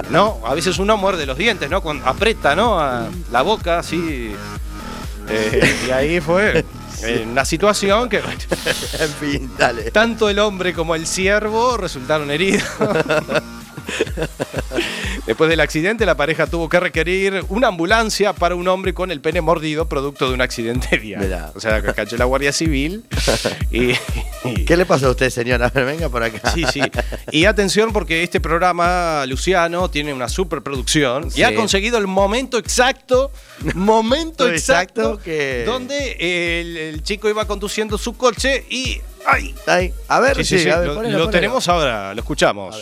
[SPEAKER 5] No, a veces uno muerde los dientes, ¿no? Cuando aprieta, ¿no? A la boca, así. Eh, y ahí
[SPEAKER 8] [laughs]
[SPEAKER 5] fue eh, una situación que.
[SPEAKER 8] en fin, dale.
[SPEAKER 5] Tanto el hombre como el ciervo resultaron
[SPEAKER 8] [laughs]
[SPEAKER 5] heridos. Después del accidente, la pareja tuvo que requerir una ambulancia para un hombre con el pene mordido, producto de un accidente vial.
[SPEAKER 8] Mirá.
[SPEAKER 5] O sea, que cayó la Guardia Civil.
[SPEAKER 8] [laughs]
[SPEAKER 5] Y,
[SPEAKER 8] ¿Qué le pasó a usted, señora? [laughs] Venga por acá.
[SPEAKER 5] Sí, sí. Y atención porque este programa, Luciano, tiene una superproducción y
[SPEAKER 8] Sí.
[SPEAKER 5] ha conseguido el momento exacto, momento
[SPEAKER 8] Exacto
[SPEAKER 5] exacto,
[SPEAKER 8] que-
[SPEAKER 5] donde el, el chico iba conduciendo su coche y... ¡Ay!
[SPEAKER 8] Ahí. A ver, sí,
[SPEAKER 5] Sí, sí, sí,
[SPEAKER 8] a ver,
[SPEAKER 5] lo,
[SPEAKER 8] ponelo,
[SPEAKER 5] lo
[SPEAKER 8] ponelo.
[SPEAKER 5] tenemos ahora, lo escuchamos.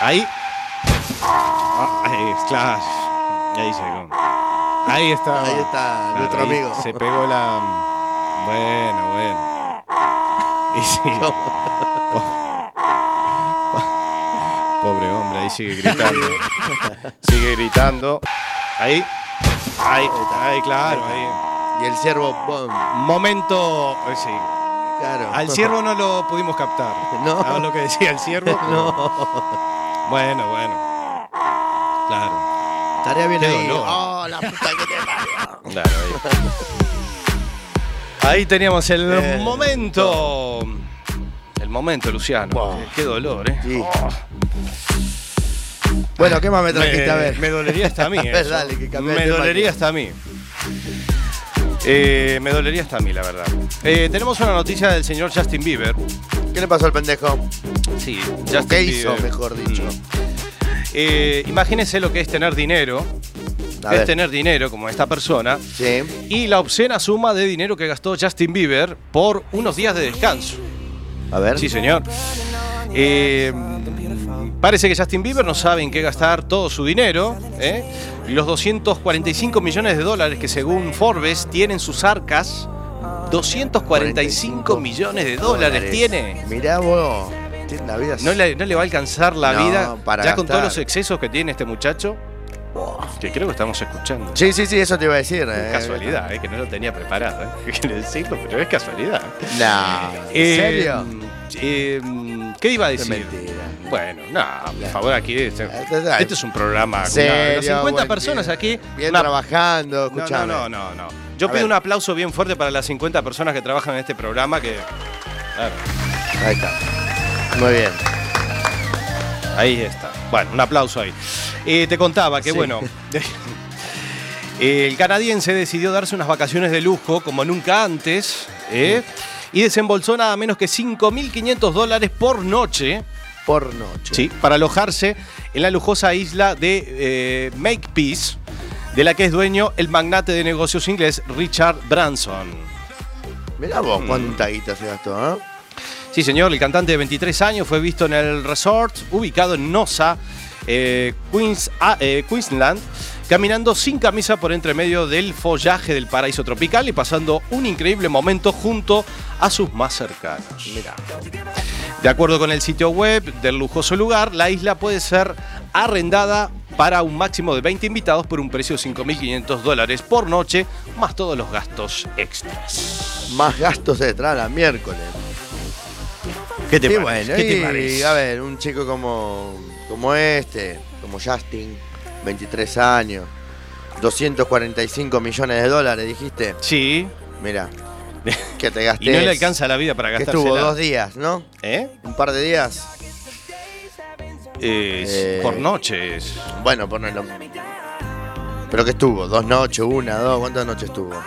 [SPEAKER 5] Ahí. Ah, ahí, claro. Ahí llegó. Ahí está.
[SPEAKER 8] Ahí está nuestro
[SPEAKER 5] Ahí
[SPEAKER 8] amigo.
[SPEAKER 5] Se pegó la. Bueno, bueno.
[SPEAKER 8] [laughs]
[SPEAKER 5] Y sí. Pobre hombre, ahí sigue gritando. sigue gritando. Ahí. Ahí, ahí claro. Ahí.
[SPEAKER 8] Y el ciervo, ¡pum!
[SPEAKER 5] Momento. eh, sí.
[SPEAKER 8] Claro.
[SPEAKER 5] Al ciervo no lo pudimos captar.
[SPEAKER 8] [laughs] No.
[SPEAKER 5] ¿Sabes lo que decía el ciervo?
[SPEAKER 8] [laughs] No.
[SPEAKER 5] Bueno, bueno. Claro.
[SPEAKER 8] [laughs] Estaría bien
[SPEAKER 5] Qué
[SPEAKER 8] ahí.
[SPEAKER 5] dolor.
[SPEAKER 8] ¡Oh, la puta que te parió!
[SPEAKER 5] Claro, ahí. Ahí teníamos el
[SPEAKER 8] Eh,
[SPEAKER 5] momento. El momento, Luciano. Qué- Qué dolor, ¿eh?
[SPEAKER 8] Sí. Bueno, ¿qué más me trajiste? a ver.
[SPEAKER 5] me dolería hasta a
[SPEAKER 8] [laughs]
[SPEAKER 5] mí. eh,
[SPEAKER 8] A ver,
[SPEAKER 5] eso.
[SPEAKER 8] dale, que cambia el
[SPEAKER 5] me
[SPEAKER 8] tema
[SPEAKER 5] dolería
[SPEAKER 8] que-
[SPEAKER 5] hasta a mí. Eh, me dolería hasta a mí, la verdad. Eh, tenemos una noticia del señor Justin Bieber.
[SPEAKER 8] ¿Qué le pasó al pendejo?
[SPEAKER 5] Sí,
[SPEAKER 8] ¿O ¿Qué hizo,
[SPEAKER 5] Mm.
[SPEAKER 8] mejor dicho?
[SPEAKER 5] Eh, imagínese lo que es tener dinero.
[SPEAKER 8] A
[SPEAKER 5] es
[SPEAKER 8] ver.
[SPEAKER 5] tener dinero como esta persona.
[SPEAKER 8] Sí.
[SPEAKER 5] Y la obscena suma de dinero que gastó Justin Bieber por unos días de descanso.
[SPEAKER 8] A ver.
[SPEAKER 5] Sí, señor. Eh, parece que Justin Bieber no sabe en qué gastar todo su dinero. ¿eh? Los 245 millones de dólares que según Forbes tienen sus arcas. 245 millones de dólares tiene.
[SPEAKER 8] Mirá vos. Tiene una vida
[SPEAKER 5] No le, no le va a alcanzar la
[SPEAKER 8] No,
[SPEAKER 5] vida
[SPEAKER 8] para
[SPEAKER 5] ya con todos
[SPEAKER 8] gastar.
[SPEAKER 5] los excesos que tiene este muchacho. Que creo que estamos escuchando.
[SPEAKER 8] Sí, sí, sí, eso te iba a decir. eh.
[SPEAKER 5] casualidad, eh, que no lo tenía preparado. eh. [laughs] Quiero decirlo, pero es casualidad.
[SPEAKER 8] No. ¿En serio?
[SPEAKER 5] Eh, eh, ¿Qué iba a
[SPEAKER 8] Es
[SPEAKER 5] decir?
[SPEAKER 8] mentira.
[SPEAKER 5] Bueno, no, por favor, aquí. Este,
[SPEAKER 8] Este-
[SPEAKER 5] este es un programa.
[SPEAKER 8] ¿En
[SPEAKER 5] cuidado,
[SPEAKER 8] serio?
[SPEAKER 5] Las 50
[SPEAKER 8] Bueno,
[SPEAKER 5] personas
[SPEAKER 8] bien.
[SPEAKER 5] aquí.
[SPEAKER 8] Bien
[SPEAKER 5] una-
[SPEAKER 8] trabajando,
[SPEAKER 5] no,
[SPEAKER 8] escuchame.
[SPEAKER 5] no, no, no, no. Yo
[SPEAKER 8] A
[SPEAKER 5] pido
[SPEAKER 8] ver.
[SPEAKER 5] un aplauso bien fuerte para las 50 personas que trabajan en este programa. que Claro,
[SPEAKER 8] Ahí está. Muy bien.
[SPEAKER 5] Ahí está. Bueno, un aplauso ahí. Eh, te contaba que,
[SPEAKER 8] Sí.
[SPEAKER 5] bueno. [laughs] El canadiense decidió darse unas vacaciones de lujo como nunca antes ¿eh? y desembolsó nada menos que 5.500 dólares por noche
[SPEAKER 8] Por noche.
[SPEAKER 5] Sí, para alojarse en la lujosa isla de eh, Makepeace, de la que es dueño el magnate de negocios inglés Richard Branson.
[SPEAKER 8] Mirá vos
[SPEAKER 5] Mm.
[SPEAKER 8] cuánta guita se gastó, ¿eh?
[SPEAKER 5] Sí, señor, el cantante de 23 años fue visto en el resort ubicado en Nosa, eh, Queens- ah, eh, Queensland, caminando sin camisa por entre medio del follaje del paraíso tropical y pasando un increíble momento junto a sus más cercanos.
[SPEAKER 8] Mirá.
[SPEAKER 5] De acuerdo con el sitio web del lujoso lugar, la isla puede ser arrendada para un máximo de 20 invitados por un precio de 5.500 dólares por noche, más todos los gastos extras.
[SPEAKER 8] Más gastos de trala miércoles.
[SPEAKER 5] ¿Qué te
[SPEAKER 8] Y
[SPEAKER 5] parece?
[SPEAKER 8] bueno,
[SPEAKER 5] ¿Qué te
[SPEAKER 8] y,
[SPEAKER 5] parece?
[SPEAKER 8] a ver, un chico como, como este, como Justin, 23 años, 245 millones de dólares, dijiste.
[SPEAKER 5] Sí, [laughs]
[SPEAKER 8] Mirá, que te gasté.
[SPEAKER 5] y no le alcanza la vida para
[SPEAKER 8] Este Que
[SPEAKER 5] gastársela.
[SPEAKER 8] estuvo dos días, ¿no?
[SPEAKER 5] ¿Eh?
[SPEAKER 8] Un par de días.
[SPEAKER 5] Es
[SPEAKER 8] Eh,
[SPEAKER 5] Por noches.
[SPEAKER 8] Bueno, ponelo. Pero que estuvo, dos noches, una, dos, ¿cuántas noches estuvo?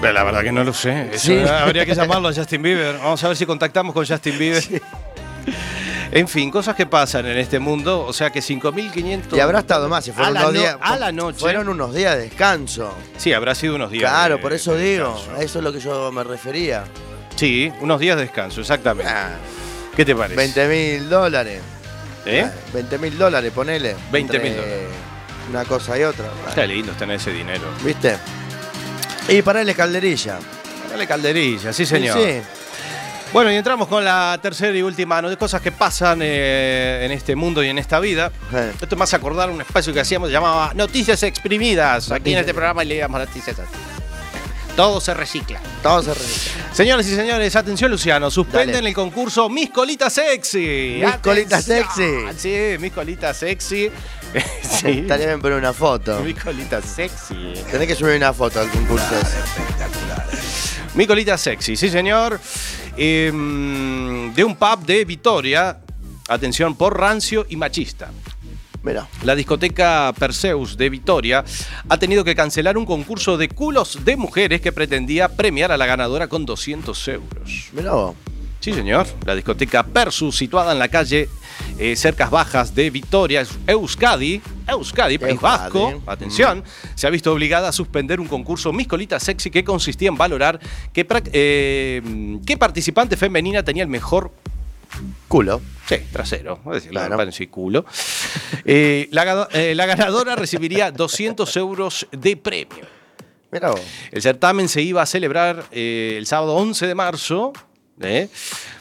[SPEAKER 5] Pero la verdad que no lo sé. Eso,
[SPEAKER 8] Sí.
[SPEAKER 5] eh,
[SPEAKER 8] [laughs]
[SPEAKER 5] Habría que llamarlo a Justin Bieber. Vamos a ver si contactamos con Justin Bieber. En fin, cosas que pasan en este mundo. O sea que 5.500...
[SPEAKER 8] Y habrá estado más, si fueron
[SPEAKER 5] A la
[SPEAKER 8] unos
[SPEAKER 5] no-
[SPEAKER 8] días.
[SPEAKER 5] a la noche.
[SPEAKER 8] Fueron unos días de descanso.
[SPEAKER 5] Sí, habrá sido unos días.
[SPEAKER 8] Claro,
[SPEAKER 5] de-
[SPEAKER 8] por eso
[SPEAKER 5] de
[SPEAKER 8] digo,
[SPEAKER 5] descanso.
[SPEAKER 8] a eso es lo que yo me refería.
[SPEAKER 5] Sí, unos días de descanso, exactamente.
[SPEAKER 8] Ah.
[SPEAKER 5] ¿Qué te parece?
[SPEAKER 8] 20 mil dólares.
[SPEAKER 5] ¿Eh?
[SPEAKER 8] 20 mil dólares, ponele.
[SPEAKER 5] 20.000
[SPEAKER 8] Entre
[SPEAKER 5] dólares.
[SPEAKER 8] Una cosa y otra.
[SPEAKER 5] Está lindo tener ese dinero.
[SPEAKER 8] ¿Viste? Y para él es calderilla.
[SPEAKER 5] Dale calderilla, sí señor.
[SPEAKER 8] Sí,
[SPEAKER 5] Bueno, y entramos con la tercera y última de cosas que pasan eh, en este mundo y en esta vida.
[SPEAKER 8] Eh.
[SPEAKER 5] Esto me hace acordar un espacio que hacíamos, se llamaba Noticias Exprimidas. Aquí en
[SPEAKER 8] Noticias.
[SPEAKER 5] este programa leíamos noticias así.
[SPEAKER 11] Todo se recicla.
[SPEAKER 8] Todo se recicla.
[SPEAKER 5] Señoras y señores, atención Luciano, suspenden el concurso Mis Colitas Sexy.
[SPEAKER 8] Mis Colitas
[SPEAKER 5] Atención. Sí, Mis Colitas Sexy. [laughs] sí.
[SPEAKER 8] Estaría bien poner una foto.
[SPEAKER 5] Mis Colitas Sexy.
[SPEAKER 8] Tenés que subir una foto al concurso. ese.
[SPEAKER 5] Mi colita sexy, sí señor. Eh, de un pub de Vitoria, atención, por rancio y machista.
[SPEAKER 8] Mira.
[SPEAKER 5] La discoteca Perseus de Vitoria ha tenido que cancelar un concurso de culos de mujeres que pretendía premiar a la ganadora con 200 euros.
[SPEAKER 8] Mira vos.
[SPEAKER 5] Sí, señor. La discoteca Persus, situada en la calle eh, Cercas Bajas de Vitoria, Euskadi, Euskadi, País
[SPEAKER 8] Euskadi.
[SPEAKER 5] Vasco, atención, se ha visto obligada a suspender un concurso Miscolita Sexy que consistía en valorar qué, prac- eh, qué participante femenina tenía el mejor
[SPEAKER 8] Culo.
[SPEAKER 5] Sí, trasero. Voy a decir, la verdad, en sí, culo. Eh, la, gado- eh, la ganadora recibiría 200 euros de premio.
[SPEAKER 8] Mira vos.
[SPEAKER 5] El certamen se iba a celebrar eh, el sábado 11 de marzo, ¿eh?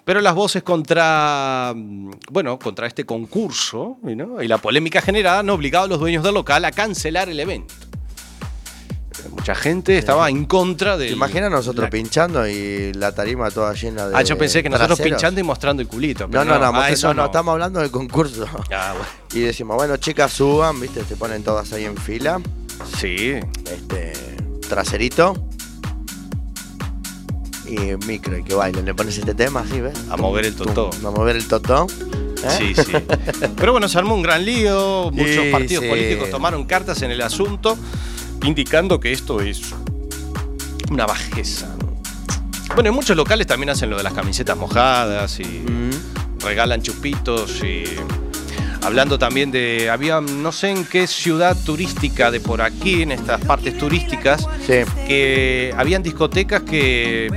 [SPEAKER 5] pero las voces contra, mm, bueno, contra este concurso ¿no? y la polémica generada han obligado a los dueños del local a cancelar el evento. Eh, Mucha gente estaba en contra de...
[SPEAKER 8] ¿Te imaginas nosotros pinchando y la tarima toda llena de.
[SPEAKER 5] Ah, yo pensé que nosotros
[SPEAKER 8] traseros?
[SPEAKER 5] pinchando y mostrando el culito.
[SPEAKER 8] No,
[SPEAKER 5] pero
[SPEAKER 8] no, no,
[SPEAKER 5] ah,
[SPEAKER 8] mostra-
[SPEAKER 5] eso
[SPEAKER 8] no, no,
[SPEAKER 5] no.
[SPEAKER 8] estamos hablando
[SPEAKER 5] [laughs]
[SPEAKER 8] del concurso.
[SPEAKER 5] Ah, bueno.
[SPEAKER 8] Y decimos, bueno, chicas, suban, ¿viste? Se ponen todas ahí en fila.
[SPEAKER 5] Sí.
[SPEAKER 8] Este. Traserito. Y micro, y que bailen. Le pones este tema, así, ¿ves?
[SPEAKER 5] A mover el totó.
[SPEAKER 8] Tum, A mover el totó. ¿eh?
[SPEAKER 5] Sí, sí. Pero bueno, se armó un gran lío, muchos
[SPEAKER 8] Sí,
[SPEAKER 5] partidos
[SPEAKER 8] sí.
[SPEAKER 5] políticos tomaron cartas en el asunto, indicando que esto es una bajeza. Bueno, en muchos locales también hacen lo de las camisetas mojadas y Mm.
[SPEAKER 8] Mm.
[SPEAKER 5] regalan chupitos y... Hablando también de, había no sé en qué ciudad turística de por aquí, en estas partes turísticas, que habían discotecas que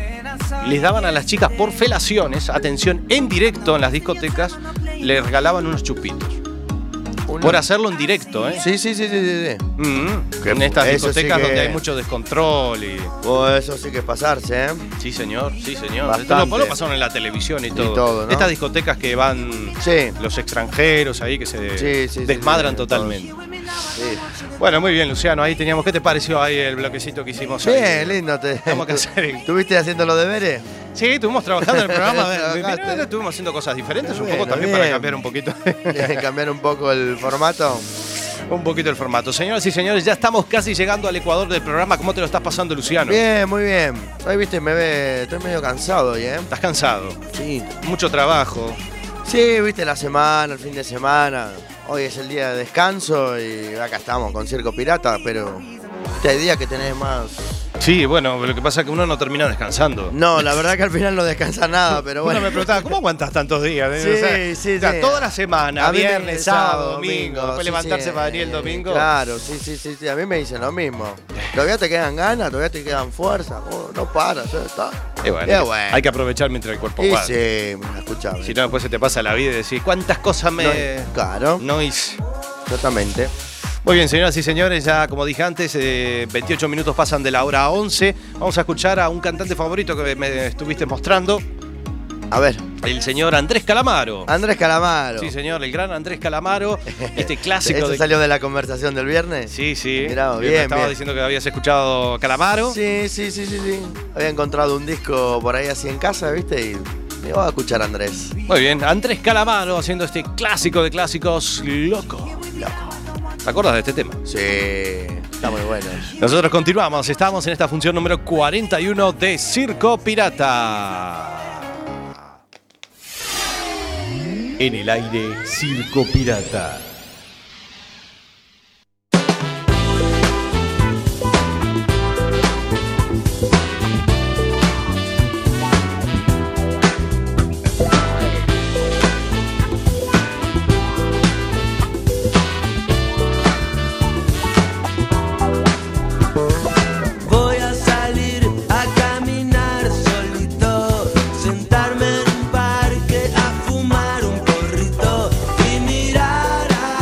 [SPEAKER 5] les daban a las chicas por felaciones, atención, en directo en las discotecas, les regalaban unos chupitos. Por hacerlo en directo, ¿eh?
[SPEAKER 8] Sí, sí, sí, sí, sí. sí.
[SPEAKER 5] Mm,
[SPEAKER 8] Qué
[SPEAKER 5] en estas
[SPEAKER 8] eso sí
[SPEAKER 5] discotecas
[SPEAKER 8] que-
[SPEAKER 5] donde hay mucho descontrol y...
[SPEAKER 8] Oh, eso sí que es pasarse, ¿eh?
[SPEAKER 5] Sí, señor, sí, señor.
[SPEAKER 8] Bastante.
[SPEAKER 5] Esto lo, lo pasaron en la televisión y todo.
[SPEAKER 8] todo, ¿no?
[SPEAKER 5] Estas discotecas que van los extranjeros ahí, que se
[SPEAKER 8] Sí, sí, sí,
[SPEAKER 5] desmadran
[SPEAKER 8] sí, sí,
[SPEAKER 5] totalmente. Bueno, muy bien, Luciano, ahí teníamos. ¿Qué te pareció ahí el bloquecito que hicimos? ahí?
[SPEAKER 8] Bien, lindo. Te...
[SPEAKER 5] Vamos
[SPEAKER 8] [laughs]
[SPEAKER 5] a hacer el-
[SPEAKER 8] ¿Tuviste haciendo los deberes?
[SPEAKER 5] Sí, estuvimos trabajando en el
[SPEAKER 8] [laughs]
[SPEAKER 5] programa.
[SPEAKER 8] Trabajaste.
[SPEAKER 5] Mirá, estuvimos haciendo cosas diferentes, un
[SPEAKER 8] Bueno,
[SPEAKER 5] poco también para
[SPEAKER 8] [laughs] bien.
[SPEAKER 5] cambiar un poquito.
[SPEAKER 8] cambiar un poco el formato.
[SPEAKER 5] [laughs] Un poquito el formato. Señoras y señores, ya estamos casi llegando al Ecuador del programa. ¿Cómo te lo estás pasando, Luciano?
[SPEAKER 8] Bien, muy bien. Hoy, viste, me ve. Estoy medio cansado hoy, ¿eh?
[SPEAKER 5] ¿Estás cansado?
[SPEAKER 8] Sí.
[SPEAKER 5] Mucho trabajo.
[SPEAKER 8] Sí, viste, la semana, el fin de semana. Hoy es el día de descanso y acá estamos con Circo Pirata, pero. Este hay días que tenés más.
[SPEAKER 5] Sí, bueno, lo que pasa es que uno no termina descansando.
[SPEAKER 8] No, la verdad que al final no descansa nada, pero bueno.
[SPEAKER 5] Uno me preguntaba, ¿cómo aguantas tantos días?
[SPEAKER 8] Sí,
[SPEAKER 5] O sea,
[SPEAKER 8] sí,
[SPEAKER 5] o sea,
[SPEAKER 8] sí.
[SPEAKER 5] Toda la semana,
[SPEAKER 8] A mí me-
[SPEAKER 5] viernes, sábado, domingo. Después
[SPEAKER 8] sí,
[SPEAKER 5] levantarse
[SPEAKER 8] sí,
[SPEAKER 5] para venir el domingo.
[SPEAKER 8] Claro, sí, sí, sí, sí, A mí me dicen lo mismo. Todavía te quedan ganas, todavía te quedan fuerzas. vos no paras, ¿eh? está.
[SPEAKER 5] Y bueno,
[SPEAKER 8] Y bueno.
[SPEAKER 5] Hay que aprovechar mientras el cuerpo
[SPEAKER 8] Y
[SPEAKER 5] aguanta.
[SPEAKER 8] sí, escuchable.
[SPEAKER 5] Si no, después se te pasa la vida y decís, ¿cuántas cosas me.
[SPEAKER 8] No, claro.
[SPEAKER 5] No hice.
[SPEAKER 8] Exactamente.
[SPEAKER 5] Muy bien, señoras y señores, ya como dije antes, eh, 28 minutos pasan de la hora 11. Vamos a escuchar a un cantante favorito que me estuviste mostrando,
[SPEAKER 8] A ver,
[SPEAKER 5] el señor Andrés Calamaro.
[SPEAKER 8] Andrés Calamaro.
[SPEAKER 5] Sí, señor, el gran Andrés Calamaro, este clásico
[SPEAKER 8] [laughs] ¿Eso
[SPEAKER 5] de...
[SPEAKER 8] salió de la conversación del viernes?
[SPEAKER 5] Sí, sí.
[SPEAKER 8] Mirá,
[SPEAKER 5] Yo me
[SPEAKER 8] bien,
[SPEAKER 5] Estaba
[SPEAKER 8] bien.
[SPEAKER 5] diciendo que habías escuchado Calamaro.
[SPEAKER 8] Sí, sí, sí, sí, sí. Había encontrado un disco por ahí así en casa, ¿viste? Y me voy a escuchar a Andrés.
[SPEAKER 5] Muy bien, Andrés Calamaro haciendo este clásico de clásicos, loco. ¿Te acuerdas de este tema?
[SPEAKER 8] Sí, está muy bueno.
[SPEAKER 5] Nosotros continuamos, estamos en esta función número 41 de Circo Pirata.
[SPEAKER 9] En el aire, Circo Pirata.
[SPEAKER 7] Voy a salir a caminar solito, sentarme en un parque a fumar un porrito y mirar a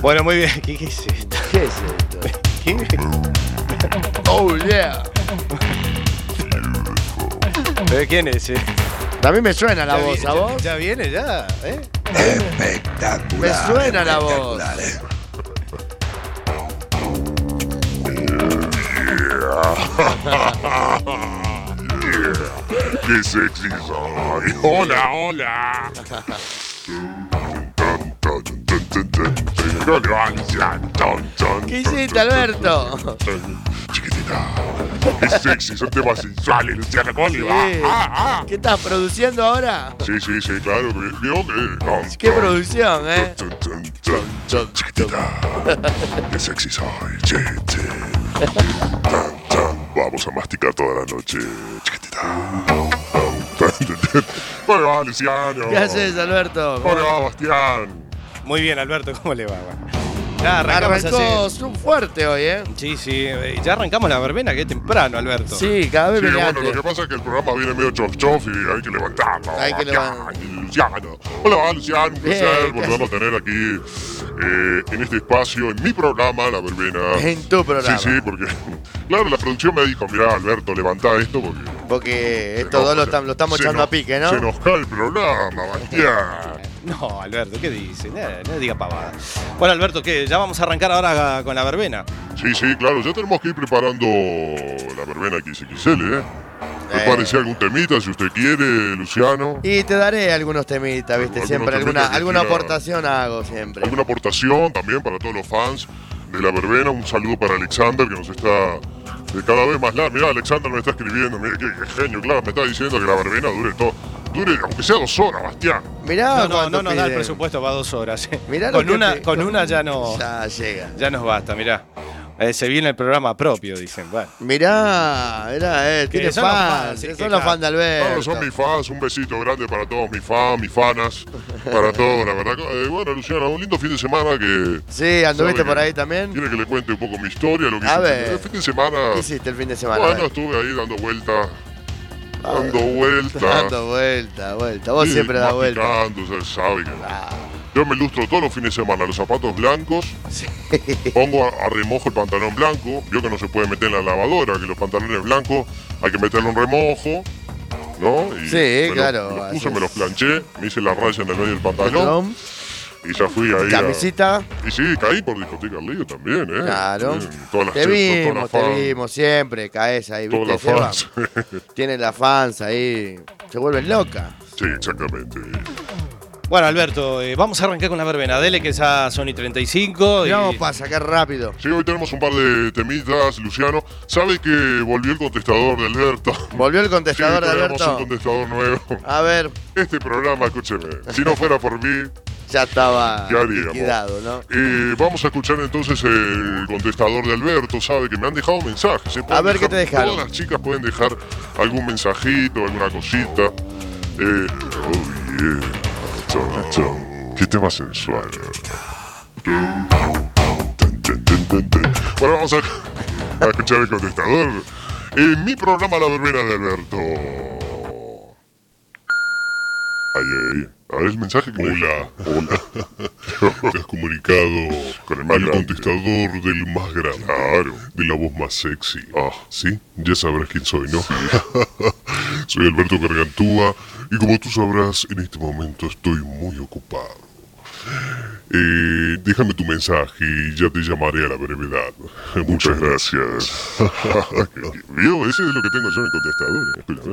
[SPEAKER 5] Bueno, muy bien. ¿Qué, qué es esto?
[SPEAKER 8] ¿Qué es esto?
[SPEAKER 5] Oh, yeah. ¿Pero quién es? este?
[SPEAKER 8] A mí me suena la voz, ¿a vos?
[SPEAKER 5] Ya viene, ya. ¿eh?
[SPEAKER 8] Me suena la voz.
[SPEAKER 6] Qué sexy soy. Hola, hola.
[SPEAKER 8] ¿Qué hiciste, Alberto?
[SPEAKER 6] Qué sexy, son temas sensuales, Luciana, ¿cómo le va?
[SPEAKER 8] Sí.
[SPEAKER 6] Ah, ah.
[SPEAKER 8] ¿Qué estás produciendo ahora?
[SPEAKER 6] Sí, sí, sí, claro. que- Vio que.
[SPEAKER 8] Qué producción, ¿eh?
[SPEAKER 6] Qué sexy soy, che, che. Tan, tan, Vamos a masticar toda la noche. Chiquitita.
[SPEAKER 8] [laughs]
[SPEAKER 6] Bueno, va, Luciano.
[SPEAKER 8] ¿Qué haces, Alberto?
[SPEAKER 6] Hola, Bastián.
[SPEAKER 5] Muy bien, Alberto, ¿cómo le va? Ya arrancamos
[SPEAKER 8] Arrancó
[SPEAKER 5] así.
[SPEAKER 8] su- fuerte hoy, ¿eh?
[SPEAKER 5] Sí, sí. eh, Ya arrancamos la verbena, que es temprano, Alberto.
[SPEAKER 8] Sí, cada vez
[SPEAKER 6] Sí,
[SPEAKER 8] viene
[SPEAKER 6] bueno, lo
[SPEAKER 8] antes.
[SPEAKER 6] que pasa es que el programa viene medio chof chof y hay que levantarlo.
[SPEAKER 8] Hay que
[SPEAKER 6] Acá, Luciano. Hola, va, Luciano, un placer volverlo a tener aquí eh, en este espacio, en mi programa, La Verbena.
[SPEAKER 8] En tu programa.
[SPEAKER 6] Sí, sí, porque, claro, la producción me dijo, mirá, Alberto, levantá esto porque...
[SPEAKER 8] Porque estos dos lo, están- lo estamos
[SPEAKER 6] se
[SPEAKER 8] echando
[SPEAKER 6] nos-
[SPEAKER 8] a pique, ¿no?
[SPEAKER 6] Se nos cae el programa, Bastián.
[SPEAKER 5] No, Alberto, ¿qué dice? No, no diga pavada. Bueno, Alberto, ¿qué? Ya vamos a arrancar ahora con la verbena.
[SPEAKER 6] Sí, sí, claro, ya tenemos que ir preparando la verbena XXL, ¿eh? Prepárese algún temita si usted quiere, Luciano.
[SPEAKER 8] Y te daré algunos temitas, ¿viste?
[SPEAKER 6] Algunos
[SPEAKER 8] Siempre
[SPEAKER 6] temitas
[SPEAKER 8] alguna,
[SPEAKER 6] que
[SPEAKER 8] alguna
[SPEAKER 6] quiera.
[SPEAKER 8] aportación hago siempre.
[SPEAKER 6] Alguna aportación también para todos los fans de la verbena. Un saludo para Alexander que nos está eh, cada vez más largo. Mirá, Alexander me está escribiendo. Mirá, qué, qué genio, claro. Me está diciendo que la verbena dure todo. Dure, aunque sea dos horas, Bastián.
[SPEAKER 8] Mirá,
[SPEAKER 5] no, no, no nos da el
[SPEAKER 8] piden.
[SPEAKER 5] presupuesto para dos horas. eh.
[SPEAKER 8] Mirá lo
[SPEAKER 5] con
[SPEAKER 8] que
[SPEAKER 5] una,
[SPEAKER 8] te-
[SPEAKER 5] con una ya no.
[SPEAKER 8] Ya llega.
[SPEAKER 5] Ya nos basta, mirá. Eh, se viene el programa propio, dicen. Bueno.
[SPEAKER 8] Mirá, mirá, eh,
[SPEAKER 5] Que
[SPEAKER 8] tiene
[SPEAKER 5] son los
[SPEAKER 8] fans,
[SPEAKER 5] fans, sí,
[SPEAKER 8] son
[SPEAKER 5] que
[SPEAKER 8] los
[SPEAKER 5] claro.
[SPEAKER 8] fans de
[SPEAKER 6] Todos
[SPEAKER 8] Alberto.
[SPEAKER 6] son mis fans. Un besito grande para todos mis fans, mis fanas. Para todos, la verdad. Eh, bueno, Luciano, un lindo fin de semana que.
[SPEAKER 8] Sí, anduviste
[SPEAKER 6] sabe
[SPEAKER 8] por
[SPEAKER 6] que-
[SPEAKER 8] ahí también.
[SPEAKER 6] Quiere que le cuente un poco mi historia, lo que
[SPEAKER 8] A
[SPEAKER 6] hice
[SPEAKER 8] ver.
[SPEAKER 6] el fin de semana.
[SPEAKER 8] ¿Qué hiciste el fin de semana?
[SPEAKER 6] Bueno,
[SPEAKER 8] A ver.
[SPEAKER 6] estuve ahí dando vueltas. Dando
[SPEAKER 8] [laughs]
[SPEAKER 6] vueltas.
[SPEAKER 8] Dando vuelta, vuelta. Vos
[SPEAKER 6] Sí,
[SPEAKER 8] siempre das vuelta.
[SPEAKER 6] masticando, o sea, sabe que- Yo me lustro todos los fines de semana los zapatos blancos. Pongo a, a remojo el pantalón blanco. Vio que no se puede meter en la lavadora, que los pantalones blancos hay que meterlo en remojo. ¿No? Y
[SPEAKER 8] Sí,
[SPEAKER 6] me los-
[SPEAKER 8] claro,
[SPEAKER 6] me los
[SPEAKER 8] así
[SPEAKER 6] puse,
[SPEAKER 8] es.
[SPEAKER 6] me los planché, me hice la raya en el medio del pantalón.
[SPEAKER 8] Perdón.
[SPEAKER 6] Y ya fui ahí. a-
[SPEAKER 8] Camisita.
[SPEAKER 6] Y sí, caí por discoteca al lío también, ¿eh?
[SPEAKER 8] Claro.
[SPEAKER 6] Sí, Todas las
[SPEAKER 8] Te
[SPEAKER 6] chicas, todas
[SPEAKER 8] vimos,
[SPEAKER 6] las
[SPEAKER 8] te
[SPEAKER 6] fans,
[SPEAKER 8] vimos, siempre caes ahí,
[SPEAKER 6] todas
[SPEAKER 8] ¿viste?
[SPEAKER 6] las
[SPEAKER 8] Seba?
[SPEAKER 6] fans. [laughs]
[SPEAKER 8] Tiene las fans ahí. Se vuelven locas.
[SPEAKER 6] sí, exactamente.
[SPEAKER 5] Bueno, Alberto, eh, vamos a arrancar con la verbena. Dele que ya son y 35. Y...
[SPEAKER 8] Mirá, pasa, qué rápido.
[SPEAKER 6] Sí, hoy tenemos un par de temitas, Luciano. ¿Sabe que volvió el contestador de Alberto?
[SPEAKER 8] Volvió el
[SPEAKER 6] Sí,
[SPEAKER 8] contestador de
[SPEAKER 6] tenemos un
[SPEAKER 8] Alberto.
[SPEAKER 6] contestador nuevo.
[SPEAKER 8] A ver,
[SPEAKER 6] Este programa, escúcheme, [laughs] si no fuera por mí,
[SPEAKER 8] ya estaba
[SPEAKER 6] ¿qué haríamos?
[SPEAKER 8] liquidado, ¿no?
[SPEAKER 6] Eh, vamos a escuchar entonces el contestador de Alberto, sabe que me han dejado mensajes. ¿eh? Pueden
[SPEAKER 8] A ver, ¿qué te
[SPEAKER 6] dejar-
[SPEAKER 8] dejaron?
[SPEAKER 6] Todas las chicas pueden dejar algún mensajito, alguna cosita. Eh, oh yeah. Chon, chon. Qué tema sensual. Bueno, vamos a, a escuchar el contestador. En mi programa La Verbena de Alberto. Ay, ay, a ver Ah, el mensaje que Hola, hola. Te has comunicado con el, contestador del más grande. Claro. De la voz más sexy. Ah, sí, ya sabrás quién soy, ¿no? [laughs] soy Alberto Gargantúa y como tú sabrás, en este momento estoy muy ocupado. Eh, déjame tu mensaje y ya te llamaré a la brevedad. Muchas gracias. [laughs] ¿Vio? Ese es lo que tengo yo en el contestador. Espera, a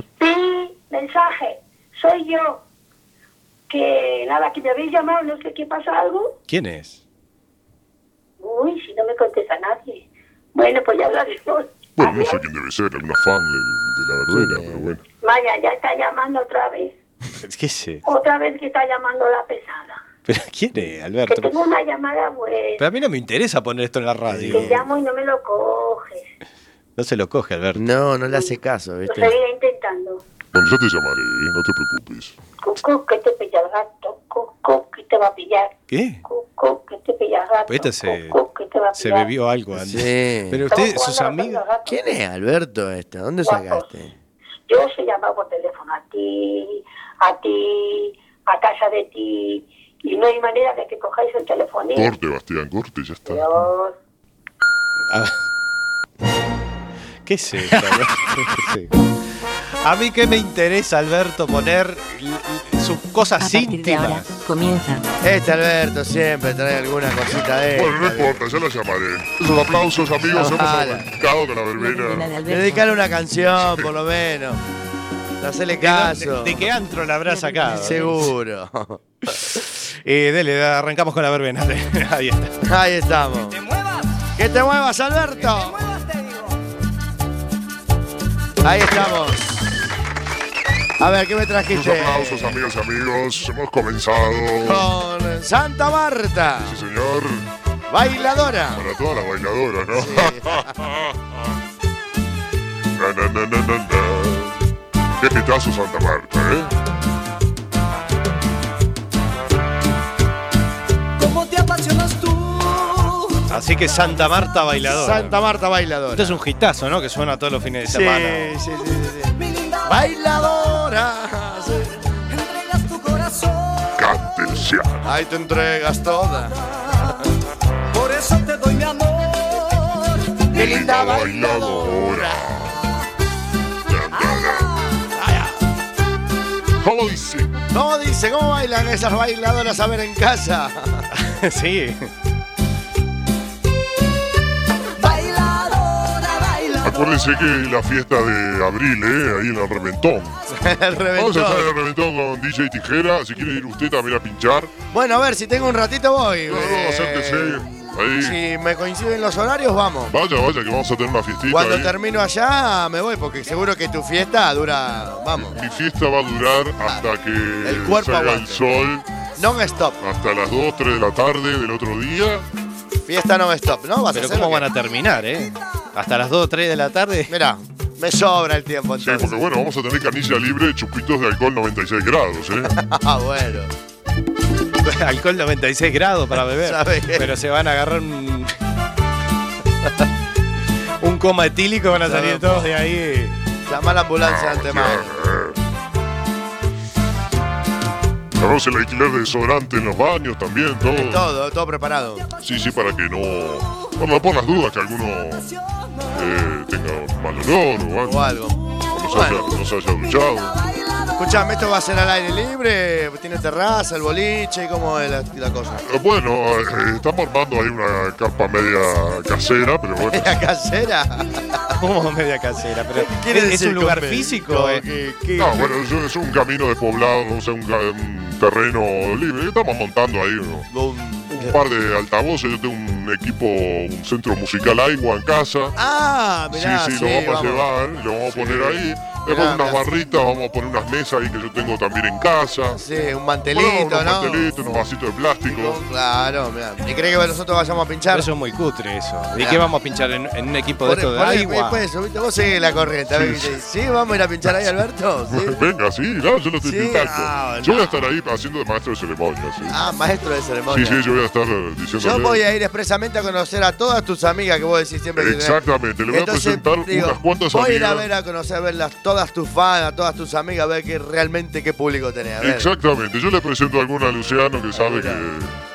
[SPEAKER 6] ver.
[SPEAKER 11] Mensaje, soy yo. Que nada, que me habéis llamado, no sé qué pasa algo.
[SPEAKER 5] ¿Quién es?
[SPEAKER 11] Uy, si no me contesta nadie. Bueno, pues ya hablaremos.
[SPEAKER 6] Bueno, no sé quién debe ser, alguna fan de, de la verbena, pero bueno.
[SPEAKER 11] Vaya, ya está llamando otra vez.
[SPEAKER 5] ¿Qué sé?
[SPEAKER 11] Otra vez que está llamando la pesada.
[SPEAKER 5] ¿Pero quién es,
[SPEAKER 11] Que
[SPEAKER 5] Alberto?
[SPEAKER 11] tengo una llamada, pues.
[SPEAKER 5] Pero a mí no me interesa poner esto en la radio.
[SPEAKER 11] Te llamo y no me lo coges.
[SPEAKER 5] No se lo coge, Alberto.
[SPEAKER 8] No, no le hace caso,
[SPEAKER 11] Lo
[SPEAKER 8] ¿viste?
[SPEAKER 11] seguiré intentando.
[SPEAKER 6] Bueno, ya te llamaré, ¿eh? no te preocupes.
[SPEAKER 11] Cucu, que te pilla el gato. Cucu, que te va a pillar.
[SPEAKER 5] ¿Qué?
[SPEAKER 11] Cucu, que te pilla el gato.
[SPEAKER 5] Esta se,
[SPEAKER 11] Que te va a
[SPEAKER 5] se
[SPEAKER 11] pillar.
[SPEAKER 5] bebió algo antes. Pero usted,
[SPEAKER 11] Estamos
[SPEAKER 5] sus
[SPEAKER 11] jugando a
[SPEAKER 5] amigos.
[SPEAKER 11] los gatos.
[SPEAKER 8] ¿Quién es Alberto este? ¿Dónde sacaste?
[SPEAKER 11] Yo se llamaba por teléfono a ti, a ti, a casa de ti. Y no hay manera de que cojáis el telefonito.
[SPEAKER 6] Corte, Bastián, corte, ya está.
[SPEAKER 11] Dios.
[SPEAKER 5] ¿Qué es esto? [laughs] ¿Qué es esto? A mí que me interesa, Alberto, poner l- l- sus cosas íntimas.
[SPEAKER 8] Comienza. Este Alberto siempre trae alguna cosita de.
[SPEAKER 6] Bueno, no importa, ya la llamaré. Esos aplausos, amigos, hemos
[SPEAKER 8] Ojalá.
[SPEAKER 6] arrancado con la verbena.
[SPEAKER 8] Dedicale una canción, por lo menos. Hacele caso.
[SPEAKER 5] ¿De qué antro la habrá sacado?
[SPEAKER 8] Seguro.
[SPEAKER 5] Eh, dele, arrancamos con la verbena. [laughs] Ahí está.
[SPEAKER 8] Ahí estamos. ¡Que te muevas, Alberto! Ahí estamos. A ver, ¿qué me
[SPEAKER 6] Sus
[SPEAKER 8] trajiste?
[SPEAKER 6] aplausos, amigos y amigos. Hemos comenzado.
[SPEAKER 8] Con Santa Marta,
[SPEAKER 6] Sí, señor.
[SPEAKER 8] bailadora.
[SPEAKER 6] Para todas las bailadoras, ¿no? Na, na, na, na, na, na. Qué hitazo Santa Marta, ¿eh?
[SPEAKER 12] ¿Cómo te apasionas tú?
[SPEAKER 5] Así que Santa Marta bailadora.
[SPEAKER 8] Santa Marta bailadora.
[SPEAKER 5] Esto es un hitazo, ¿no? Que suena todos los fines de
[SPEAKER 8] Sí,
[SPEAKER 5] semana.
[SPEAKER 8] sí, sí, sí, sí. Bailadora.
[SPEAKER 12] Entregas tu corazón,
[SPEAKER 6] Cántense.
[SPEAKER 8] Ahí te entregas toda.
[SPEAKER 12] por eso te doy mi amor.
[SPEAKER 8] Qué linda
[SPEAKER 6] bailadora. ¿Cómo dice?
[SPEAKER 8] ¿Cómo dice? ¿Cómo bailan esas
[SPEAKER 6] [laughs]
[SPEAKER 8] bailadoras a ver en casa?
[SPEAKER 5] sí.
[SPEAKER 12] Bailadora, bailadora.
[SPEAKER 6] Acuérdense que la fiesta de abril, ¿eh? Ahí en el Reventón.
[SPEAKER 8] El
[SPEAKER 6] Vamos a estar en
[SPEAKER 8] reventón.
[SPEAKER 6] el Reventón con DJ Tijera. Si quiere ir usted también a pinchar.
[SPEAKER 8] Bueno, a ver, si tengo un ratito voy.
[SPEAKER 6] Claro,
[SPEAKER 8] Eh,
[SPEAKER 6] acérquese. Ahí.
[SPEAKER 8] Si me coinciden los horarios, vamos.
[SPEAKER 6] Vaya, vaya, que vamos a tener una fiestita.
[SPEAKER 8] Cuando
[SPEAKER 6] ahí.
[SPEAKER 8] termino allá, me voy, porque seguro que tu fiesta dura, vamos,
[SPEAKER 6] Mi fiesta va a durar hasta que
[SPEAKER 8] El cuerpo
[SPEAKER 6] salga el
[SPEAKER 8] aguante.
[SPEAKER 6] sol,
[SPEAKER 8] non-stop.
[SPEAKER 6] hasta las 2, 3 de la tarde del otro día.
[SPEAKER 8] Fiesta non-stop, ¿no? ¿Vas a
[SPEAKER 5] Pero
[SPEAKER 8] hacer
[SPEAKER 5] ¿cómo
[SPEAKER 8] o qué?
[SPEAKER 5] van a terminar, eh? Hasta las 2 o 3 de la tarde.
[SPEAKER 8] Mirá, me sobra el tiempo
[SPEAKER 6] Sí,
[SPEAKER 8] entonces.
[SPEAKER 6] porque bueno, vamos a tener canilla libre, chupitos de alcohol 96 grados, ¿eh?
[SPEAKER 8] [laughs] Ah, bueno.
[SPEAKER 5] [laughs] Alcohol 96 grados para beber.
[SPEAKER 8] [laughs] ¿Sabe qué?
[SPEAKER 5] Pero se van a agarrar un. un coma etílico, van a salir todos de ahí.
[SPEAKER 8] Llama a la ambulancia
[SPEAKER 6] Ah,
[SPEAKER 8] antes
[SPEAKER 6] ya,
[SPEAKER 8] más.
[SPEAKER 6] eh. Tenemos el alquiler de desodorante en los baños también, todo.
[SPEAKER 8] Todo, todo preparado.
[SPEAKER 6] Sí, sí, para que no. Bueno, por las dudas que alguno eh, tenga mal olor o algo.
[SPEAKER 8] O algo.
[SPEAKER 6] No se,
[SPEAKER 8] Bueno.
[SPEAKER 6] haya, no se haya duchado.
[SPEAKER 8] Escuchame, esto va a ser al aire libre, tiene terraza, el boliche, ¿cómo es la, la cosa? [laughs]
[SPEAKER 6] Eh, Bueno, eh, estamos armando ahí una carpa media casera, pero bueno.
[SPEAKER 8] ¿La casera?
[SPEAKER 5] Como media casera. Pero
[SPEAKER 8] [laughs] quiere
[SPEAKER 5] ¿Es, es
[SPEAKER 8] decir
[SPEAKER 5] un lugar
[SPEAKER 8] con-
[SPEAKER 5] físico?
[SPEAKER 8] con-
[SPEAKER 5] eh?
[SPEAKER 8] que- que-
[SPEAKER 6] No, bueno, es, es un camino despoblado, o sea, un, ca- un terreno libre. Estamos montando ahí uno- un par de altavoces. Yo tengo un equipo, un centro musical agua en casa.
[SPEAKER 8] Ah, mirá,
[SPEAKER 6] sí, sí,
[SPEAKER 8] sí,
[SPEAKER 6] lo vamos,
[SPEAKER 8] vamos.
[SPEAKER 6] a llevar, lo vamos a poner ahí. Después
[SPEAKER 8] Mirá,
[SPEAKER 6] unas
[SPEAKER 8] mirá.
[SPEAKER 6] barritas, vamos a poner unas mesas ahí que yo tengo también en casa.
[SPEAKER 8] Sí, un
[SPEAKER 6] Bueno,
[SPEAKER 8] mantelito,
[SPEAKER 6] unos
[SPEAKER 8] ¿no?
[SPEAKER 6] pastelitos, unos vasitos de plástico.
[SPEAKER 8] Claro, mirá. ¿Y crees que nosotros vayamos a pinchar?
[SPEAKER 5] Pero eso es muy cutre eso. ¿Y
[SPEAKER 8] Ya.
[SPEAKER 5] qué vamos a pinchar en, en un equipo de
[SPEAKER 8] Por-
[SPEAKER 5] estos de
[SPEAKER 8] por-
[SPEAKER 5] agua?
[SPEAKER 8] por eso, ¿viste? Vos seguís la corriente. a ver qué te dice. Sí, vamos a ir a pinchar ahí, Alberto. Sí.
[SPEAKER 6] Venga, sí, no, yo lo estoy
[SPEAKER 8] Sí,
[SPEAKER 6] pintando.
[SPEAKER 8] ah,
[SPEAKER 6] Yo voy
[SPEAKER 8] no.
[SPEAKER 6] a estar ahí haciendo de maestro de ceremonia, sí.
[SPEAKER 8] Ah, maestro de
[SPEAKER 6] sí,
[SPEAKER 8] ceremonia.
[SPEAKER 6] sí, yo voy a estar eh, diciéndole.
[SPEAKER 8] Yo voy a ir expresamente a conocer a todas tus amigas que vos decís siempre que tenés.
[SPEAKER 6] Exactamente, le voy
[SPEAKER 8] Entonces,
[SPEAKER 6] a presentar
[SPEAKER 8] digo,
[SPEAKER 6] unas cuantas
[SPEAKER 8] Voy a ir a
[SPEAKER 6] amigas.
[SPEAKER 8] ver a conocer, a verlas todas tus fans, a todas tus amigas, a ver qué realmente qué público tenés. A ver.
[SPEAKER 6] Exactamente, yo le presento a alguna a Luciano que sabe que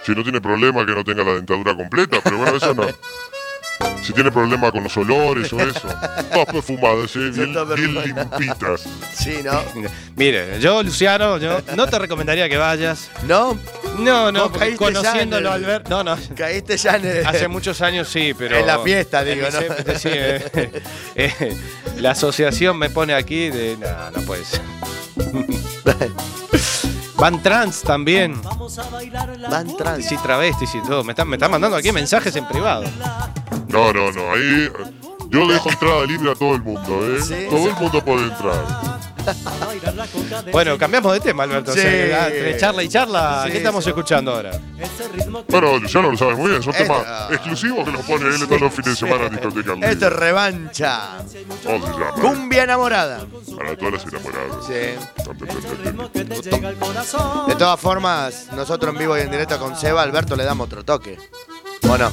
[SPEAKER 6] si no tiene problema que no tenga la dentadura completa, pero bueno, eso
[SPEAKER 8] [laughs]
[SPEAKER 6] no. Si tiene problema con los olores o eso. Todas perfumadas, ¿eh? bien,
[SPEAKER 8] todas
[SPEAKER 6] bien
[SPEAKER 8] perfumadas.
[SPEAKER 6] limpitas.
[SPEAKER 8] Sí, ¿no?
[SPEAKER 5] Mire, yo, Luciano, yo no te recomendaría que vayas.
[SPEAKER 8] ¿No?
[SPEAKER 5] No, no,
[SPEAKER 8] Vos
[SPEAKER 5] porque
[SPEAKER 8] caíste
[SPEAKER 5] conociéndolo,
[SPEAKER 8] ya en el-
[SPEAKER 5] Alberto. No, no.
[SPEAKER 8] Caíste ya en el-
[SPEAKER 5] Hace muchos años sí, pero.
[SPEAKER 8] En la fiesta,
[SPEAKER 5] en
[SPEAKER 8] digo,
[SPEAKER 5] mis
[SPEAKER 8] ¿no?
[SPEAKER 5] épocas, sí,
[SPEAKER 8] [laughs]
[SPEAKER 5] eh, eh, la asociación me pone aquí de. No, no puede ser. Van trans también.
[SPEAKER 8] Van trans.
[SPEAKER 5] Sí, travestis y todo. Me están, me están mandando aquí mensajes en privado.
[SPEAKER 6] No, no, no, ahí eh, yo dejo entrada libre a todo el mundo, ¿eh?
[SPEAKER 8] Sí.
[SPEAKER 6] Todo el mundo puede entrar.
[SPEAKER 5] Bueno, cambiamos de tema, Alberto. O sea,
[SPEAKER 8] Sí.
[SPEAKER 5] que, ah, entre charla y charla,
[SPEAKER 8] Sí,
[SPEAKER 5] ¿qué estamos
[SPEAKER 8] sí.
[SPEAKER 5] escuchando ahora?
[SPEAKER 6] Bueno, Luciano lo sabes muy bien, son
[SPEAKER 8] Esto-
[SPEAKER 6] temas exclusivos que los pone él todos los fines de semana en discoteca. al
[SPEAKER 8] Esto
[SPEAKER 6] día.
[SPEAKER 8] es revancha.
[SPEAKER 6] ¿Cómo se llama?
[SPEAKER 8] Cumbia enamorada.
[SPEAKER 6] Para todas las enamoradas.
[SPEAKER 8] De todas formas, nosotros en vivo y en directo con Seba, Alberto, le damos otro toque. ¿O no?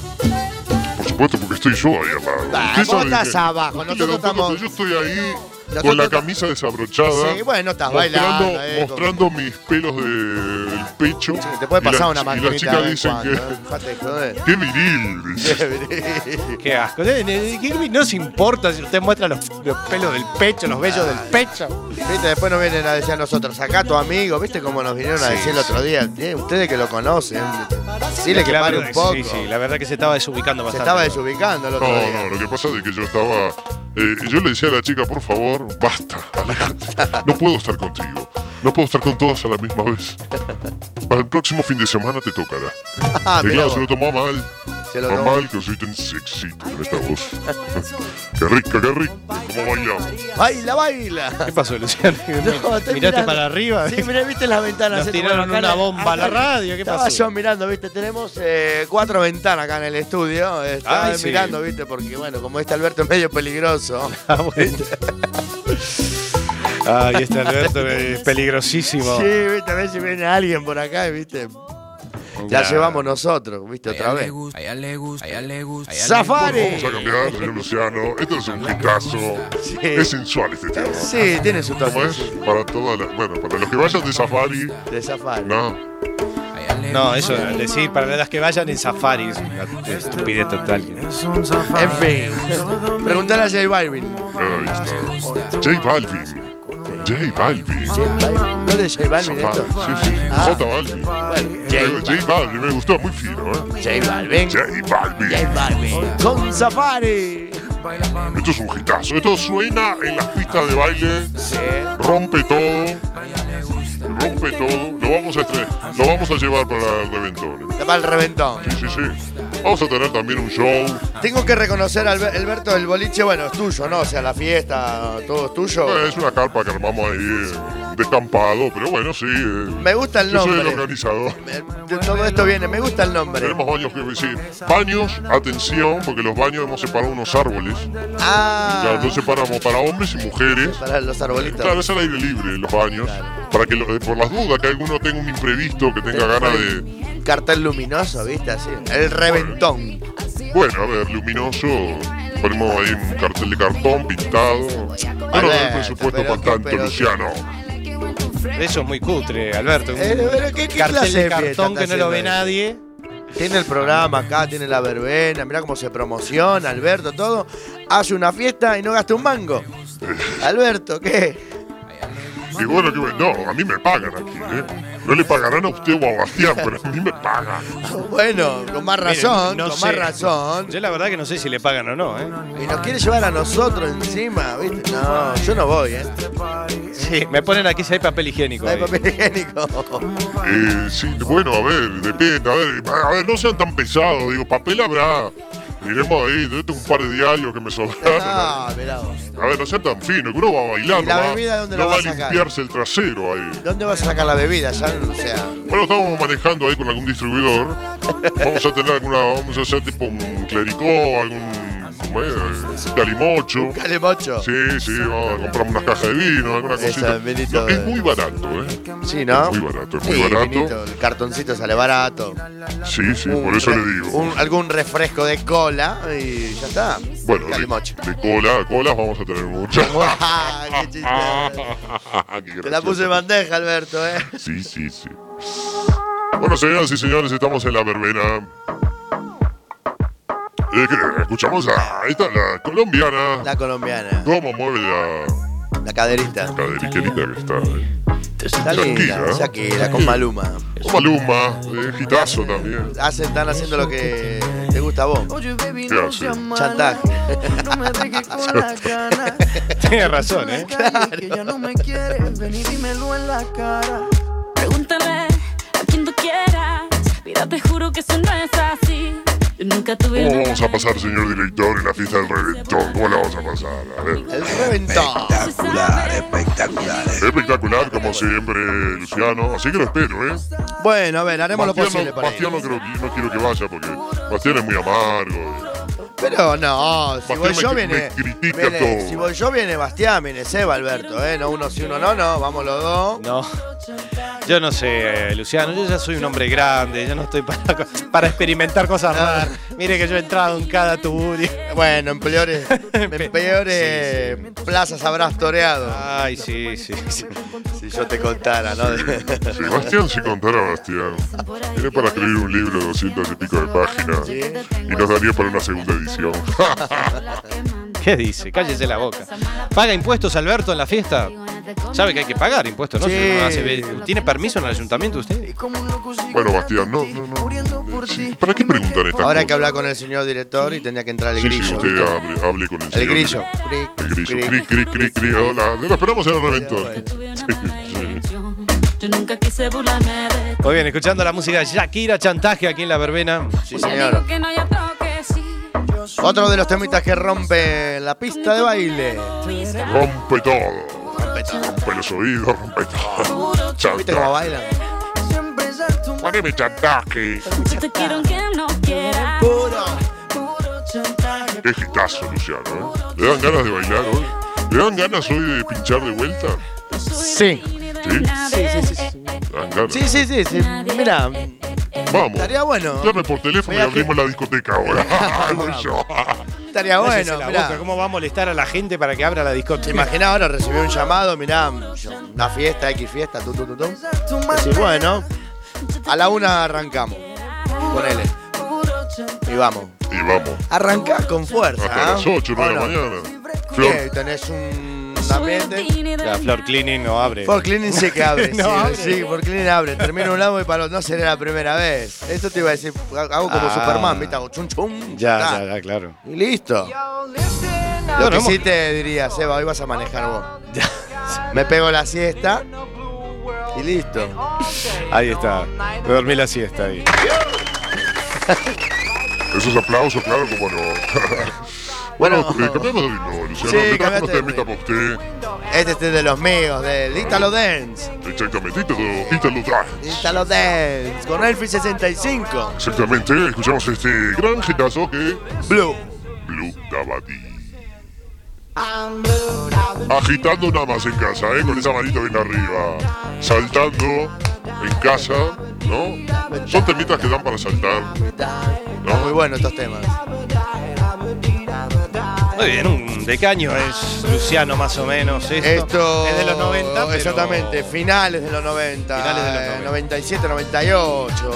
[SPEAKER 6] Por supuesto, porque estoy yo ahí al lado.
[SPEAKER 8] Ah,
[SPEAKER 6] Usted
[SPEAKER 8] vos
[SPEAKER 6] sabe
[SPEAKER 8] estás
[SPEAKER 6] que-
[SPEAKER 8] abajo, nosotros estamos.
[SPEAKER 6] Yo estoy ahí
[SPEAKER 8] Nosotros
[SPEAKER 6] Con la
[SPEAKER 8] estamos-
[SPEAKER 6] camisa desabrochada.
[SPEAKER 8] Sí, bueno, estás
[SPEAKER 6] mostrando,
[SPEAKER 8] bailando, eh, con-
[SPEAKER 6] mostrando mis pelos de- del pecho.
[SPEAKER 8] Te puede
[SPEAKER 6] Y la-
[SPEAKER 8] pasar una
[SPEAKER 6] Y
[SPEAKER 8] maquinita.
[SPEAKER 6] las chicas
[SPEAKER 8] de vez en
[SPEAKER 6] dicen que.
[SPEAKER 8] cuando, ¿eh? Fíjate, joder.
[SPEAKER 6] ¡Qué viril!
[SPEAKER 8] Qué
[SPEAKER 6] dice.
[SPEAKER 8] viril.
[SPEAKER 5] Qué asco. Eh, eh, Kirby, No se importa si usted muestra los, los pelos del pecho, los vellos del pecho.
[SPEAKER 8] Viste, después nos vienen a decir a nosotros, acá tu amigo, viste cómo nos vinieron a
[SPEAKER 5] Sí,
[SPEAKER 8] decir el otro día, "Eh, ustedes que lo conocen, decirle que
[SPEAKER 5] La
[SPEAKER 8] pare un
[SPEAKER 5] verdad-
[SPEAKER 8] poco.
[SPEAKER 5] Sí, sí, la verdad que se estaba desubicando
[SPEAKER 8] Se
[SPEAKER 5] bastante.
[SPEAKER 8] estaba desubicando el
[SPEAKER 6] No,
[SPEAKER 8] otro día.
[SPEAKER 6] no, lo que pasa es que yo estaba. eh, yo le decía a la chica, por favor, basta, alejate. No puedo estar contigo. No puedo estar con todas a la misma vez. Para el próximo fin de semana te tocará.
[SPEAKER 8] Ah,
[SPEAKER 6] Y
[SPEAKER 8] mirá
[SPEAKER 6] claro,
[SPEAKER 8] vos.
[SPEAKER 6] se lo tomó a mal.
[SPEAKER 8] Se lo
[SPEAKER 6] a
[SPEAKER 8] tomó.
[SPEAKER 6] mal que soy tan sexy con esta voz. [laughs] qué rica, qué rica. ¿Cómo bailamos?
[SPEAKER 8] Baila, baila.
[SPEAKER 5] ¿Qué pasó, Luciano?
[SPEAKER 8] [laughs] No, estoy
[SPEAKER 5] ¿Miraste
[SPEAKER 8] mirando.
[SPEAKER 5] para arriba?
[SPEAKER 8] Sí, mirá, viste las ventanas.
[SPEAKER 5] Nos
[SPEAKER 8] así como
[SPEAKER 5] tiraron
[SPEAKER 8] acá
[SPEAKER 5] una
[SPEAKER 8] la-
[SPEAKER 5] bomba a la
[SPEAKER 8] acá-
[SPEAKER 5] radio, ¿qué
[SPEAKER 8] Estaba
[SPEAKER 5] pasó?
[SPEAKER 8] yo mirando, viste, tenemos eh, cuatro ventanas acá en el estudio. Estaba
[SPEAKER 5] Ay, sí.
[SPEAKER 8] mirando, viste, porque bueno, como este Alberto es medio
[SPEAKER 5] [laughs]
[SPEAKER 8] peligroso.
[SPEAKER 5] Ah, Ay, este Alberto
[SPEAKER 8] [laughs]
[SPEAKER 5] es peligrosísimo.
[SPEAKER 8] Sí, viste, a ver si viene alguien por acá, viste. Ya
[SPEAKER 5] Nah.
[SPEAKER 8] llevamos nosotros, viste, otra vez.
[SPEAKER 12] Allá le gusta, allá le gusta.
[SPEAKER 8] ¡Safari!
[SPEAKER 6] Vamos a cambiar, señor Luciano. Esto es un hitazo. Es sensual este tema.
[SPEAKER 8] Sí, tiene su
[SPEAKER 6] ¿Cómo
[SPEAKER 8] toque
[SPEAKER 6] es? Para todas las. Bueno, para los que vayan de safari.
[SPEAKER 8] de Safari.
[SPEAKER 6] No.
[SPEAKER 5] No, eso, decir, para las que vayan en safari. es una Estupidez total.
[SPEAKER 8] En fin, preguntale a J Balvin.
[SPEAKER 6] Ahí está. J Balvin. J Balvin.
[SPEAKER 8] ¿No es de J Balvin
[SPEAKER 6] Safari.
[SPEAKER 8] esto?
[SPEAKER 6] Sí, sí.
[SPEAKER 8] Ah.
[SPEAKER 6] J Balvin.
[SPEAKER 8] J
[SPEAKER 6] J J Balvin. Me gustó, muy fino, ¿eh?
[SPEAKER 8] J Balvin.
[SPEAKER 6] J Balvin.
[SPEAKER 8] Con Safari.
[SPEAKER 6] Esto es un hitazo. Esto suena en las pistas de baile. Rompe todo. Rompe todo. Lo vamos a, estre- lo vamos a llevar para el reventón.
[SPEAKER 8] Para el reventón.
[SPEAKER 6] Sí, sí, sí. Vamos a tener también un show.
[SPEAKER 8] Tengo que reconocer, Albe- Alberto, el boliche, bueno, es tuyo, ¿no? O sea, la fiesta, todo es tuyo.
[SPEAKER 6] Eh, Es una carpa que armamos ahí, eh, descampado, pero bueno, sí. eh,
[SPEAKER 8] Me gusta el
[SPEAKER 6] Yo soy el
[SPEAKER 8] nombre. Eh,
[SPEAKER 6] organizador.
[SPEAKER 8] De todo esto viene, me gusta el nombre.
[SPEAKER 6] Tenemos baños que sí. Baños, atención, porque los baños hemos separado unos árboles. Claro,
[SPEAKER 8] Ah,
[SPEAKER 6] los separamos para hombres y mujeres.
[SPEAKER 8] para los arbolitos.
[SPEAKER 6] Claro, es al aire libre los baños. Para que, lo- eh, por las dudas, que alguno tenga un imprevisto, que tenga ganas de.
[SPEAKER 8] Cartel luminoso, ¿viste? Así. El reventón.
[SPEAKER 6] Bueno, a ver, luminoso. Ponemos ahí un cartel de cartón pintado. Pero del
[SPEAKER 8] Alberto,
[SPEAKER 6] presupuesto
[SPEAKER 8] pero qué
[SPEAKER 6] bastante,
[SPEAKER 8] pelotudo.
[SPEAKER 6] Luciano.
[SPEAKER 5] Eso es muy cutre, Alberto. Un
[SPEAKER 8] Eh, pero ¿qué- qué
[SPEAKER 5] cartel
[SPEAKER 8] clase
[SPEAKER 5] de
[SPEAKER 8] de fiesta
[SPEAKER 5] cartón
[SPEAKER 8] está
[SPEAKER 5] que no lo ve
[SPEAKER 8] haciendo
[SPEAKER 5] nadie.
[SPEAKER 8] Tiene el programa acá, tiene la verbena, mirá cómo se promociona, Alberto, todo. Hace una fiesta y no gasta un
[SPEAKER 6] [laughs]
[SPEAKER 8] mango. Alberto, ¿qué?
[SPEAKER 6] Y bueno, que no, a mí me pagan aquí, ¿eh? No le pagarán a usted o a Bastián, pero a mí me pagan.
[SPEAKER 8] Bueno, con más
[SPEAKER 5] Miren,
[SPEAKER 8] razón,
[SPEAKER 5] no
[SPEAKER 8] con
[SPEAKER 5] sé.
[SPEAKER 8] más razón.
[SPEAKER 5] Yo la verdad que no sé si le pagan o no, ¿eh?
[SPEAKER 8] Y nos quiere llevar a nosotros encima, ¿viste? No, yo no voy, ¿eh?
[SPEAKER 5] Sí, me ponen aquí si hay papel higiénico.
[SPEAKER 8] No hay
[SPEAKER 5] ahí.
[SPEAKER 8] papel
[SPEAKER 6] [laughs]
[SPEAKER 8] higiénico.
[SPEAKER 6] Eh, sí, bueno, a ver, depende, a ver, a ver, no sean tan pesados, digo, papel habrá. Miremos ahí, yo tengo un par de diarios que me sobraron.
[SPEAKER 8] [laughs] Ah, mirá vos.
[SPEAKER 6] A ver, no sean tan finos, que uno va a bailar,
[SPEAKER 8] ¿Y la
[SPEAKER 6] no va-
[SPEAKER 8] bebida dónde
[SPEAKER 6] no
[SPEAKER 8] la
[SPEAKER 6] va a
[SPEAKER 8] vas a sacar?
[SPEAKER 6] limpiarse el trasero ahí.
[SPEAKER 8] ¿Dónde vas a sacar la bebida? Ya, o sea,
[SPEAKER 6] Bueno, estamos manejando ahí con algún distribuidor. Vamos a tener alguna, vamos a hacer tipo un clericó, algún, ¿cómo es? Calimocho.
[SPEAKER 8] dale mocho.
[SPEAKER 6] Sí, sí, vamos a comprar unas cajas de vino, alguna
[SPEAKER 8] Esa,
[SPEAKER 6] cosita.
[SPEAKER 8] vinito
[SPEAKER 6] No,
[SPEAKER 8] de-
[SPEAKER 6] es muy barato, ¿eh?
[SPEAKER 8] Sí, ¿no?
[SPEAKER 6] Muy barato, es muy
[SPEAKER 8] Sí,
[SPEAKER 6] barato.
[SPEAKER 8] vinito, el cartoncito sale barato.
[SPEAKER 6] Sí, sí, por
[SPEAKER 8] Un
[SPEAKER 6] eso le
[SPEAKER 8] re-
[SPEAKER 6] digo.
[SPEAKER 8] un- algún refresco de cola y ya está.
[SPEAKER 6] Bueno, de,
[SPEAKER 8] Calimocho.
[SPEAKER 6] de cola, colas vamos a tener muchas.
[SPEAKER 8] Ah, [laughs] qué chiste.
[SPEAKER 6] Qué
[SPEAKER 8] Te la puse en
[SPEAKER 6] gracioso.
[SPEAKER 8] bandeja, Alberto, ¿eh?
[SPEAKER 6] Sí, sí, sí. Bueno, señoras y señores, estamos en la verbena. Eh, que- escuchamos a esta, la colombiana.
[SPEAKER 8] La colombiana,
[SPEAKER 6] ¿Cómo mueve la
[SPEAKER 8] la caderita.
[SPEAKER 6] caderiquerita que está? eh?
[SPEAKER 8] Está linda,
[SPEAKER 6] Shakira.
[SPEAKER 8] Shakira, con Maluma.
[SPEAKER 6] O Maluma, eh, gitazo también.
[SPEAKER 8] Hacen, están haciendo lo que te gusta a vos.
[SPEAKER 6] ¿Qué hace?
[SPEAKER 8] Chantaje.
[SPEAKER 5] Tienes razón, ¿eh?
[SPEAKER 7] Pregúntale a quien tú quieras. Mira, te juro que eso no es así. Yo nunca tuve
[SPEAKER 6] ¿Cómo
[SPEAKER 7] una
[SPEAKER 6] vamos a pasar, señor director, en la fiesta del reventón? ¿Cómo la vamos a pasar? A ver.
[SPEAKER 8] El reventón.
[SPEAKER 6] Espectacular, espectacular. Espectacular, como siempre, Luciano. Así que lo espero, ¿eh?
[SPEAKER 8] Bueno, a ver, haremos lo
[SPEAKER 6] Bastián
[SPEAKER 8] posible
[SPEAKER 6] no,
[SPEAKER 8] para
[SPEAKER 6] Bastián
[SPEAKER 8] ir.
[SPEAKER 6] no, creo, que- no quiero que vaya porque Bastián es muy amargo.
[SPEAKER 8] Pero no, si
[SPEAKER 6] Bastián
[SPEAKER 8] voy
[SPEAKER 6] me-
[SPEAKER 8] yo
[SPEAKER 6] me
[SPEAKER 8] viene.
[SPEAKER 6] critica
[SPEAKER 8] viene-
[SPEAKER 6] todo.
[SPEAKER 8] si voy yo viene Bastián, viene Seba, Alberto, ¿eh? No uno sí, uno no, no, vamos los dos.
[SPEAKER 5] No. Yo no sé, Luciano, yo ya soy un hombre grande, yo no estoy para, co- para experimentar cosas raras. Mire que yo he entrado en cada tuburio.
[SPEAKER 8] Bueno, en peores, [laughs] en peores plazas habrás toreado.
[SPEAKER 5] Ay, sí, sí, sí.
[SPEAKER 8] Ah, Si yo te contara, ¿no? [laughs]
[SPEAKER 6] Si Bastián se contara, Bastián, tiene para escribir un libro de 200 y pico de páginas y nos daría para una segunda edición. [laughs]
[SPEAKER 5] ¿Qué dice? Cállese la boca. ¿Paga impuestos Alberto en la fiesta? Sabe que hay que pagar impuestos, ¿no?
[SPEAKER 6] Sí.
[SPEAKER 5] Si uno hace- ¿Tiene permiso en el ayuntamiento usted?
[SPEAKER 6] bueno, Bastián, no, no, no. Sí, ¿Para qué preguntar estas
[SPEAKER 8] Ahora hay que
[SPEAKER 6] cosas?
[SPEAKER 8] hablar con el señor director y tendría que entrar el
[SPEAKER 6] Sí, sí,
[SPEAKER 8] grillo.
[SPEAKER 6] usted
[SPEAKER 8] ¿viste?
[SPEAKER 6] hable, hable con el
[SPEAKER 8] el
[SPEAKER 6] señor.
[SPEAKER 8] grillo.
[SPEAKER 6] El grillo. Cri, cri, cri, cri. Hola, lo esperamos en el reventón. Sí.
[SPEAKER 7] Yo nunca quise burlarme de
[SPEAKER 5] Muy bien, escuchando la música de Shakira Chantaje aquí en la verbena.
[SPEAKER 8] Sí, señor.
[SPEAKER 7] que no haya toque, sí.
[SPEAKER 8] Otro de los temitas que rompe la pista de baile.
[SPEAKER 6] Rompe todo. Rompe los oídos, rompe todo.
[SPEAKER 8] ¿Viste cómo bailan?
[SPEAKER 6] Poneme chantaje.
[SPEAKER 7] Yo te quiero aunque no quiera.
[SPEAKER 6] Qué gitazo, Luciano. ¿eh? ¿Le dan ganas de bailar hoy? ¿Le dan ganas hoy de pinchar de vuelta?
[SPEAKER 8] Sí.
[SPEAKER 6] ¿Sí?
[SPEAKER 8] Sí, sí, sí. sí.
[SPEAKER 6] ¿Le dan ganas?
[SPEAKER 8] Sí, sí, sí, sí. Mira,
[SPEAKER 6] Vamos.
[SPEAKER 8] estaría bueno.
[SPEAKER 6] Llame por teléfono y
[SPEAKER 8] Mirá que-
[SPEAKER 6] abrimos la
[SPEAKER 8] [laughs]
[SPEAKER 6] discoteca ahora. Voy yo.
[SPEAKER 8] Estaría
[SPEAKER 5] Cállese
[SPEAKER 8] bueno.
[SPEAKER 5] la
[SPEAKER 8] mirá.
[SPEAKER 5] boca, ¿Cómo va a molestar a la gente para que abra la
[SPEAKER 8] ¿Te
[SPEAKER 5] discoteca?
[SPEAKER 8] imaginas ahora recibir un llamado? Mirá, una fiesta, X fiesta, tú, tú, tú, tú. Decís, bueno, a la una arrancamos. Ponele. Y vamos.
[SPEAKER 6] Y vamos.
[SPEAKER 8] Arrancás con fuerza.
[SPEAKER 6] Hasta
[SPEAKER 8] ¿ah?
[SPEAKER 6] las 8
[SPEAKER 8] ¿O
[SPEAKER 6] de la
[SPEAKER 8] no?
[SPEAKER 6] mañana.
[SPEAKER 8] Bien, tenés un ambiente.
[SPEAKER 5] La Flor Cleaning no abre.
[SPEAKER 8] Por Cleaning sí
[SPEAKER 5] [laughs]
[SPEAKER 8] que abre.
[SPEAKER 5] No
[SPEAKER 8] sí,
[SPEAKER 5] abre.
[SPEAKER 8] sí, por Cleaning abre. Termina un lado y para otro. No será la primera vez. Esto te iba a decir, hago como
[SPEAKER 5] Ah.
[SPEAKER 8] Superman, ¿viste? Hago chum chum.
[SPEAKER 5] Ya,
[SPEAKER 8] ta.
[SPEAKER 5] ya, ya, claro.
[SPEAKER 8] Y listo. Lo
[SPEAKER 5] Bueno,
[SPEAKER 8] que
[SPEAKER 5] hemos-
[SPEAKER 8] sí te diría, Seba, hoy vas a manejar vos. [laughs] Me pego la siesta y listo.
[SPEAKER 5] Ahí está. Me dormí la siesta ahí.
[SPEAKER 6] Esos aplausos, claro,
[SPEAKER 8] [laughs]
[SPEAKER 6] como no. bueno, eh, cambiamos de ritmo, Luciano.
[SPEAKER 8] Sí,
[SPEAKER 6] Le trajo
[SPEAKER 8] cambiate de
[SPEAKER 6] temita para usted.
[SPEAKER 8] Este es de los míos, del Italo Dance.
[SPEAKER 6] Exactamente, Ítalo, Ítalo Drive.
[SPEAKER 8] Italo Dance, con Elfi 65.
[SPEAKER 6] Exactamente, escuchamos este gran gitazo que...
[SPEAKER 8] Blue.
[SPEAKER 6] Blue Dabati. Agitando nada más en casa, ¿eh? Con esa manito bien arriba. Saltando en casa, ¿no? Son temitas que dan para saltar.
[SPEAKER 8] Muy bueno estos temas.
[SPEAKER 5] Muy bien, un decaño es Luciano más o menos. Esto,
[SPEAKER 8] Esto
[SPEAKER 5] es de los 90. pero-
[SPEAKER 8] Exactamente, finales de los 90.
[SPEAKER 5] Finales de los 90.
[SPEAKER 8] eh, 97, 98.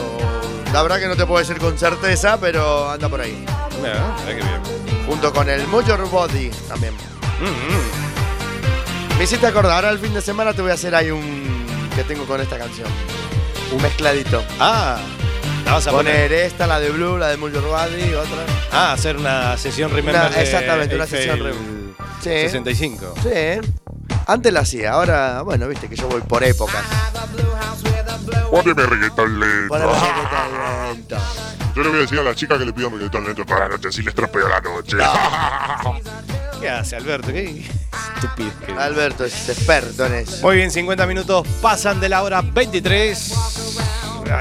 [SPEAKER 8] La verdad que no te puedo decir con certeza, pero anda por ahí.
[SPEAKER 5] Mira, mira qué bien.
[SPEAKER 8] Junto con el Motor Body también.
[SPEAKER 5] Mm, Mm-hmm.
[SPEAKER 8] Me hiciste acordar, ahora el fin de semana te voy a hacer ahí un que tengo con esta canción. Un mezcladito.
[SPEAKER 5] mm. Ah, la vas a poner.
[SPEAKER 8] Poner esta, la de Blue, la de Mojo Body, otra.
[SPEAKER 5] Ah, hacer una sesión remember.
[SPEAKER 8] Una-
[SPEAKER 5] de
[SPEAKER 8] exactamente, una
[SPEAKER 5] Eiffel
[SPEAKER 8] sesión remember. Sí.
[SPEAKER 5] 65.
[SPEAKER 8] Sí. Antes la hacía, ahora, bueno, viste que yo voy por épocas.
[SPEAKER 6] Póneme reggaetón lento.
[SPEAKER 8] Poneme
[SPEAKER 6] Yo le voy a decir a las chicas que le pidan reggaetón lento toda la noche, si les trapeo la noche.
[SPEAKER 5] ¿Qué hace Alberto? Qué estúpido. que es.
[SPEAKER 8] Alberto es experto en eso.
[SPEAKER 5] Muy bien, 50 minutos pasan de la hora 23.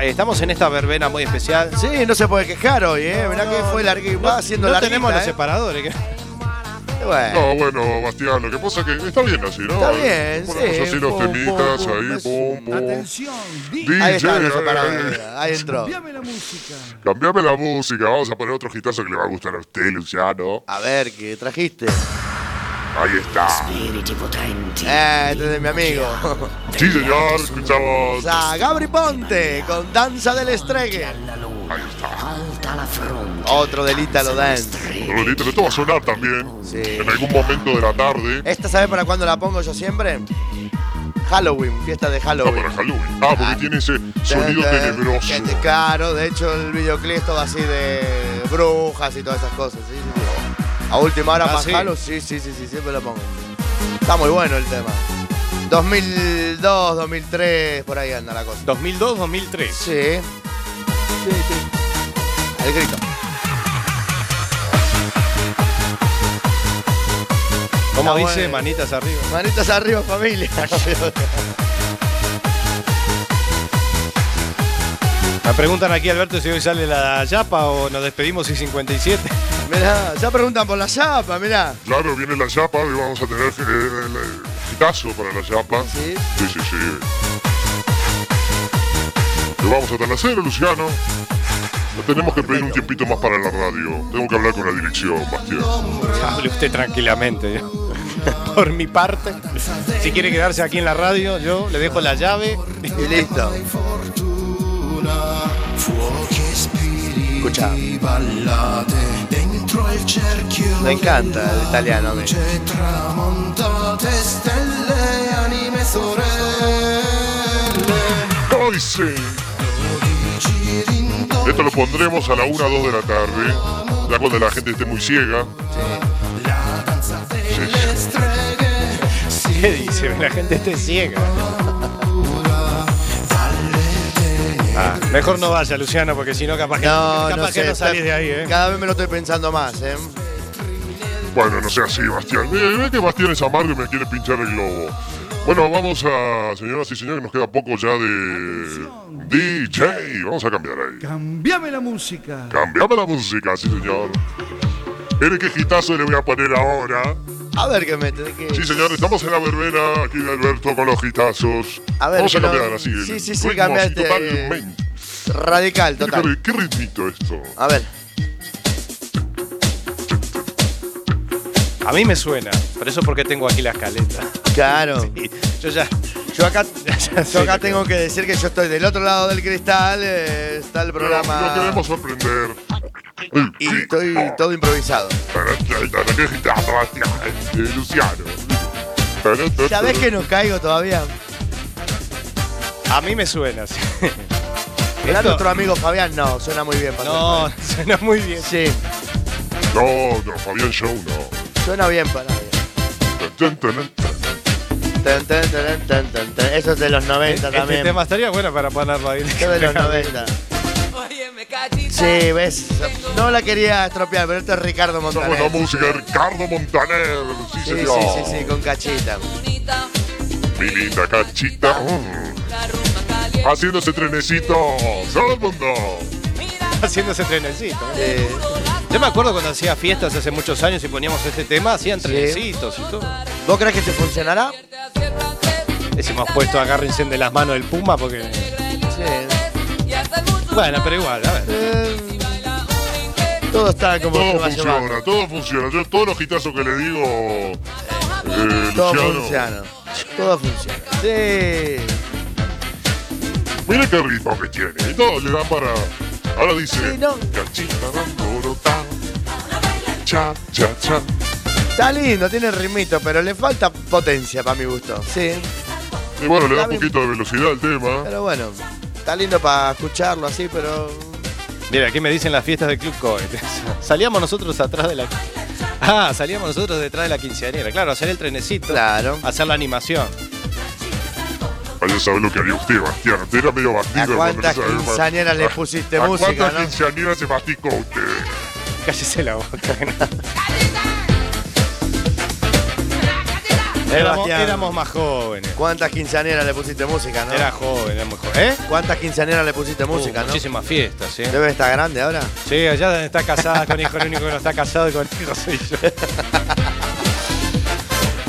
[SPEAKER 5] Estamos en esta verbena muy especial.
[SPEAKER 8] Sí, no se puede quejar hoy, ¿eh? Mirá que fue larguísimo. va haciendo
[SPEAKER 5] no
[SPEAKER 8] larguita,
[SPEAKER 5] tenemos los
[SPEAKER 8] ¿eh?
[SPEAKER 5] separadores. que-
[SPEAKER 8] Bueno.
[SPEAKER 6] [laughs] No, bueno, Bastián, lo que pasa es que está bien así, ¿no?
[SPEAKER 8] Está bien,
[SPEAKER 6] Ponemos
[SPEAKER 8] sí,
[SPEAKER 6] así los
[SPEAKER 8] pum,
[SPEAKER 6] temitas,
[SPEAKER 8] pum,
[SPEAKER 6] ahí, pum, pum. Atención,
[SPEAKER 8] Ahí está, los separadores. Ahí entró.
[SPEAKER 6] Cambiame la música, vamos a poner otro gitazo que le va a gustar a usted, Luciano.
[SPEAKER 8] A ver, ¿qué trajiste?
[SPEAKER 6] Ahí está.
[SPEAKER 8] [laughs] Eh, este es de mi [laughs] amigo.
[SPEAKER 6] Sí, señor, escuchamos.
[SPEAKER 8] A Gabri Ponte con Danza del Estregue.
[SPEAKER 6] Ahí está.
[SPEAKER 8] Otro del Ítalo Dance.
[SPEAKER 6] Rolito, esto va a sonar también.
[SPEAKER 8] Sí. [laughs]
[SPEAKER 6] En algún momento de la tarde.
[SPEAKER 8] ¿Esta sabes para cuándo la pongo yo siempre? Halloween, fiesta de
[SPEAKER 6] No,
[SPEAKER 8] Halloween.
[SPEAKER 6] para Halloween. Ah, porque tiene ese sonido
[SPEAKER 8] Tan, tan,
[SPEAKER 6] tenebroso.
[SPEAKER 8] que- Claro, de hecho el videoclip es todo así de brujas y todas esas cosas. sí, sí, sí. A última hora
[SPEAKER 5] Ah,
[SPEAKER 8] más
[SPEAKER 5] sí.
[SPEAKER 8] Halloween, sí, sí, sí, sí, siempre lo pongo. Está muy bueno el tema. 2002, 2003, por ahí anda la cosa.
[SPEAKER 5] 2002, 2003.
[SPEAKER 8] Sí. Sí, sí. El grito.
[SPEAKER 5] Como
[SPEAKER 8] Está
[SPEAKER 5] dice,
[SPEAKER 8] bueno.
[SPEAKER 5] manitas arriba.
[SPEAKER 8] Manitas arriba, familia. [laughs]
[SPEAKER 5] Me preguntan aquí, Alberto, si hoy sale la yapa o nos despedimos y 57.
[SPEAKER 8] mirá, ya preguntan por la chapa, mirá.
[SPEAKER 6] Claro, viene la chapa y vamos a tener eh, el, el gitazo para la chapa. Sí, sí, sí. Lo vamos a tal hacer, Luciano. No tenemos que pedir un tiempito más para la radio. Tengo que hablar con la dirección, Bastián.
[SPEAKER 5] Hable usted tranquilamente. yo. [laughs] Por mi parte, si quiere quedarse aquí en la radio, yo le dejo la llave.
[SPEAKER 8] Y listo. Escucha. Me encanta el italiano a mí.
[SPEAKER 6] ¡Ay, sí! Esto lo pondremos a la 1 o 2 de la tarde, ya cuando la gente esté muy ciega. Sí, sí.
[SPEAKER 5] ¿Qué dice? La gente esté ciega. Ah, mejor no vaya, Luciano, porque si no, capaz que
[SPEAKER 8] No,
[SPEAKER 5] capaz
[SPEAKER 8] no
[SPEAKER 5] que
[SPEAKER 8] sé.
[SPEAKER 5] no salís de ahí, ¿eh?
[SPEAKER 8] Cada vez me lo estoy pensando más, ¿eh?
[SPEAKER 6] Bueno, no sea así, Bastián. Mira, mira que Bastián es amargo y me quiere pinchar el globo. Bueno, vamos a, señoras y señores, nos queda poco ya de DJ. Vamos a cambiar ahí.
[SPEAKER 13] Cambiame la música.
[SPEAKER 6] Cambiamos la música, sí, señor. ¿Eres qué gitazo le voy a poner ahora?
[SPEAKER 8] A ver qué me. qué-
[SPEAKER 6] Sí, señor, estamos en la verbena aquí de Alberto con los gitazos.
[SPEAKER 8] A ver,
[SPEAKER 6] Vamos a
[SPEAKER 8] que no-
[SPEAKER 6] cambiar así. el
[SPEAKER 8] Sí, sí, sí,
[SPEAKER 6] ritmo así
[SPEAKER 8] cambiaste.
[SPEAKER 6] totalmente.
[SPEAKER 8] Radical,
[SPEAKER 6] Mira
[SPEAKER 8] total.
[SPEAKER 6] ¿Qué, qué ritmito esto?
[SPEAKER 8] A ver.
[SPEAKER 5] A mí me suena, por eso es porque tengo aquí la escaleta.
[SPEAKER 8] Claro.
[SPEAKER 5] Yo ya. [laughs]
[SPEAKER 8] Yo acá,
[SPEAKER 5] sé
[SPEAKER 8] yo acá
[SPEAKER 5] lo que-
[SPEAKER 8] tengo que decir que yo estoy del otro lado del cristal. eh, está el
[SPEAKER 6] Lo
[SPEAKER 8] programa.
[SPEAKER 6] queremos sorprender.
[SPEAKER 8] Y estoy todo improvisado.
[SPEAKER 6] ¿Qué gitazo, Bastián? Eh, Luciano.
[SPEAKER 8] ¿Sabés que no caigo todavía?
[SPEAKER 5] A mí me suena. sí.
[SPEAKER 8] Mirá
[SPEAKER 5] Esto-
[SPEAKER 8] nuestro amigo Fabián, no, suena muy bien. Para
[SPEAKER 5] No, [laughs] suena muy bien.
[SPEAKER 8] Sí,
[SPEAKER 6] No, no, Fabián Show no.
[SPEAKER 8] suena bien para
[SPEAKER 6] Tan, tan, tan.
[SPEAKER 8] Tan, tan, tan, tan, tan, tan. Eso es de los 90
[SPEAKER 5] Este
[SPEAKER 8] también.
[SPEAKER 5] tema estaría bueno para ponerlo ahí.
[SPEAKER 8] Eso es de los 90. Sí, ves. No la quería estropear, pero esto es Ricardo
[SPEAKER 6] Esa
[SPEAKER 8] Montaner.
[SPEAKER 6] buena música, de Ricardo Montaner. Sí,
[SPEAKER 8] Sí, sí,
[SPEAKER 6] señor.
[SPEAKER 8] sí, sí, con cachita.
[SPEAKER 6] Mi linda cachita. mm. Haciendo ese trenecito. Todo el mundo.
[SPEAKER 5] [laughs] Haciendo ese trenecito. Eh, Yo me acuerdo cuando hacía fiestas hace muchos años y poníamos este tema, hacían
[SPEAKER 8] Sí.
[SPEAKER 5] trenecitos y todo.
[SPEAKER 8] ¿Vos crees que te funcionará?
[SPEAKER 5] Decimos puesto agárrense de las manos del puma porque.
[SPEAKER 8] Sí.
[SPEAKER 5] Bueno, pero igual, a ver.
[SPEAKER 8] Todo está como
[SPEAKER 6] Todo
[SPEAKER 8] se va
[SPEAKER 6] funciona,
[SPEAKER 8] llevando.
[SPEAKER 6] todo funciona. Yo todos los gitazos que le digo. eh,
[SPEAKER 8] Todo
[SPEAKER 6] Luciano.
[SPEAKER 8] funciona. Todo funciona. Sí.
[SPEAKER 6] Mira qué ritmo que tiene. Y todo le da para. Ahora dice.
[SPEAKER 8] Sí, no.
[SPEAKER 6] Cachita, ramborota. Cha, cha, cha.
[SPEAKER 8] Está lindo, tiene ritmito, pero le falta potencia para mi gusto. Sí.
[SPEAKER 6] Y bueno, le da
[SPEAKER 8] Está
[SPEAKER 6] un
[SPEAKER 8] bien,
[SPEAKER 6] poquito de velocidad al tema.
[SPEAKER 8] Pero bueno, está lindo para escucharlo así, pero.
[SPEAKER 5] Mira, aquí me dicen las fiestas del Club Coet. [laughs] Salíamos nosotros atrás de la. [laughs] Ah, salíamos nosotros detrás de la quinceañera. Claro, hacer el trenecito.
[SPEAKER 8] Claro.
[SPEAKER 5] Hacer la animación.
[SPEAKER 6] Vaya a saber lo que haría usted, Bastián. Usted era medio bandido.
[SPEAKER 8] ¿A
[SPEAKER 6] cuando
[SPEAKER 8] cuántas
[SPEAKER 6] no sabe,
[SPEAKER 8] quinceañeras le
[SPEAKER 6] ¿A-
[SPEAKER 8] pusiste
[SPEAKER 6] a
[SPEAKER 8] música,
[SPEAKER 6] cuántas
[SPEAKER 8] no?
[SPEAKER 6] quinceañeras se masticó usted?
[SPEAKER 5] Cállese la boca.
[SPEAKER 8] [laughs]
[SPEAKER 5] éramos,
[SPEAKER 8] Sebastián.
[SPEAKER 5] éramos más jóvenes.
[SPEAKER 8] ¿Cuántas quinceaneras le pusiste música, no?
[SPEAKER 5] Era joven, era muy joven. ¿Eh?
[SPEAKER 8] ¿Cuántas quinceaneras le pusiste
[SPEAKER 5] Uh,
[SPEAKER 8] música, no?
[SPEAKER 5] Muchísimas fiestas, sí.
[SPEAKER 8] Debe estar grande ahora.
[SPEAKER 5] Sí, allá donde está casada con hijo, el único que no está casado con hijo soy yo.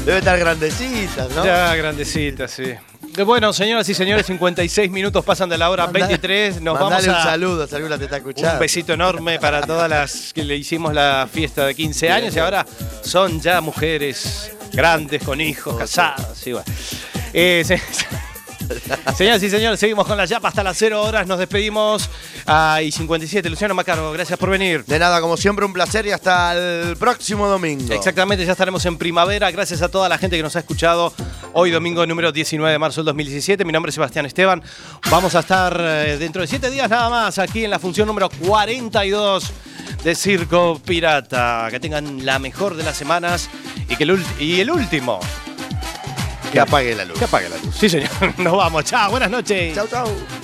[SPEAKER 8] Debe estar grandecita, ¿no?
[SPEAKER 5] Ya grandecita, sí. Eh, Bueno, señoras y señores, 56 minutos pasan de la hora 23. Nos vamos
[SPEAKER 8] Mandale
[SPEAKER 5] a
[SPEAKER 8] un saludo, Salula te está escuchando.
[SPEAKER 5] un besito enorme para todas las que le hicimos la fiesta de 15 años y ahora son ya mujeres grandes, con hijos, casadas. y bueno. Eh, se- [laughs] Señoras y señores, seguimos con la yapa hasta las 0 horas. Nos despedimos. Ah, y 57, Luciano Macaro, gracias por venir.
[SPEAKER 8] De nada, como siempre, un placer y hasta el próximo domingo.
[SPEAKER 5] Exactamente, ya estaremos en primavera. Gracias a toda la gente que nos ha escuchado hoy domingo número 19 de marzo del 2017. Mi nombre es Sebastián Esteban. Vamos a estar eh, dentro de siete días nada más aquí en la función número 42 de Circo Pirata. Que tengan la mejor de las semanas y, que el, ul- y el último.
[SPEAKER 8] Que apague la
[SPEAKER 5] [laughs]
[SPEAKER 8] luz.
[SPEAKER 5] Que apague la luz. Sí, señor. Nos vamos. Chao, buenas noches.
[SPEAKER 8] Chau, chau.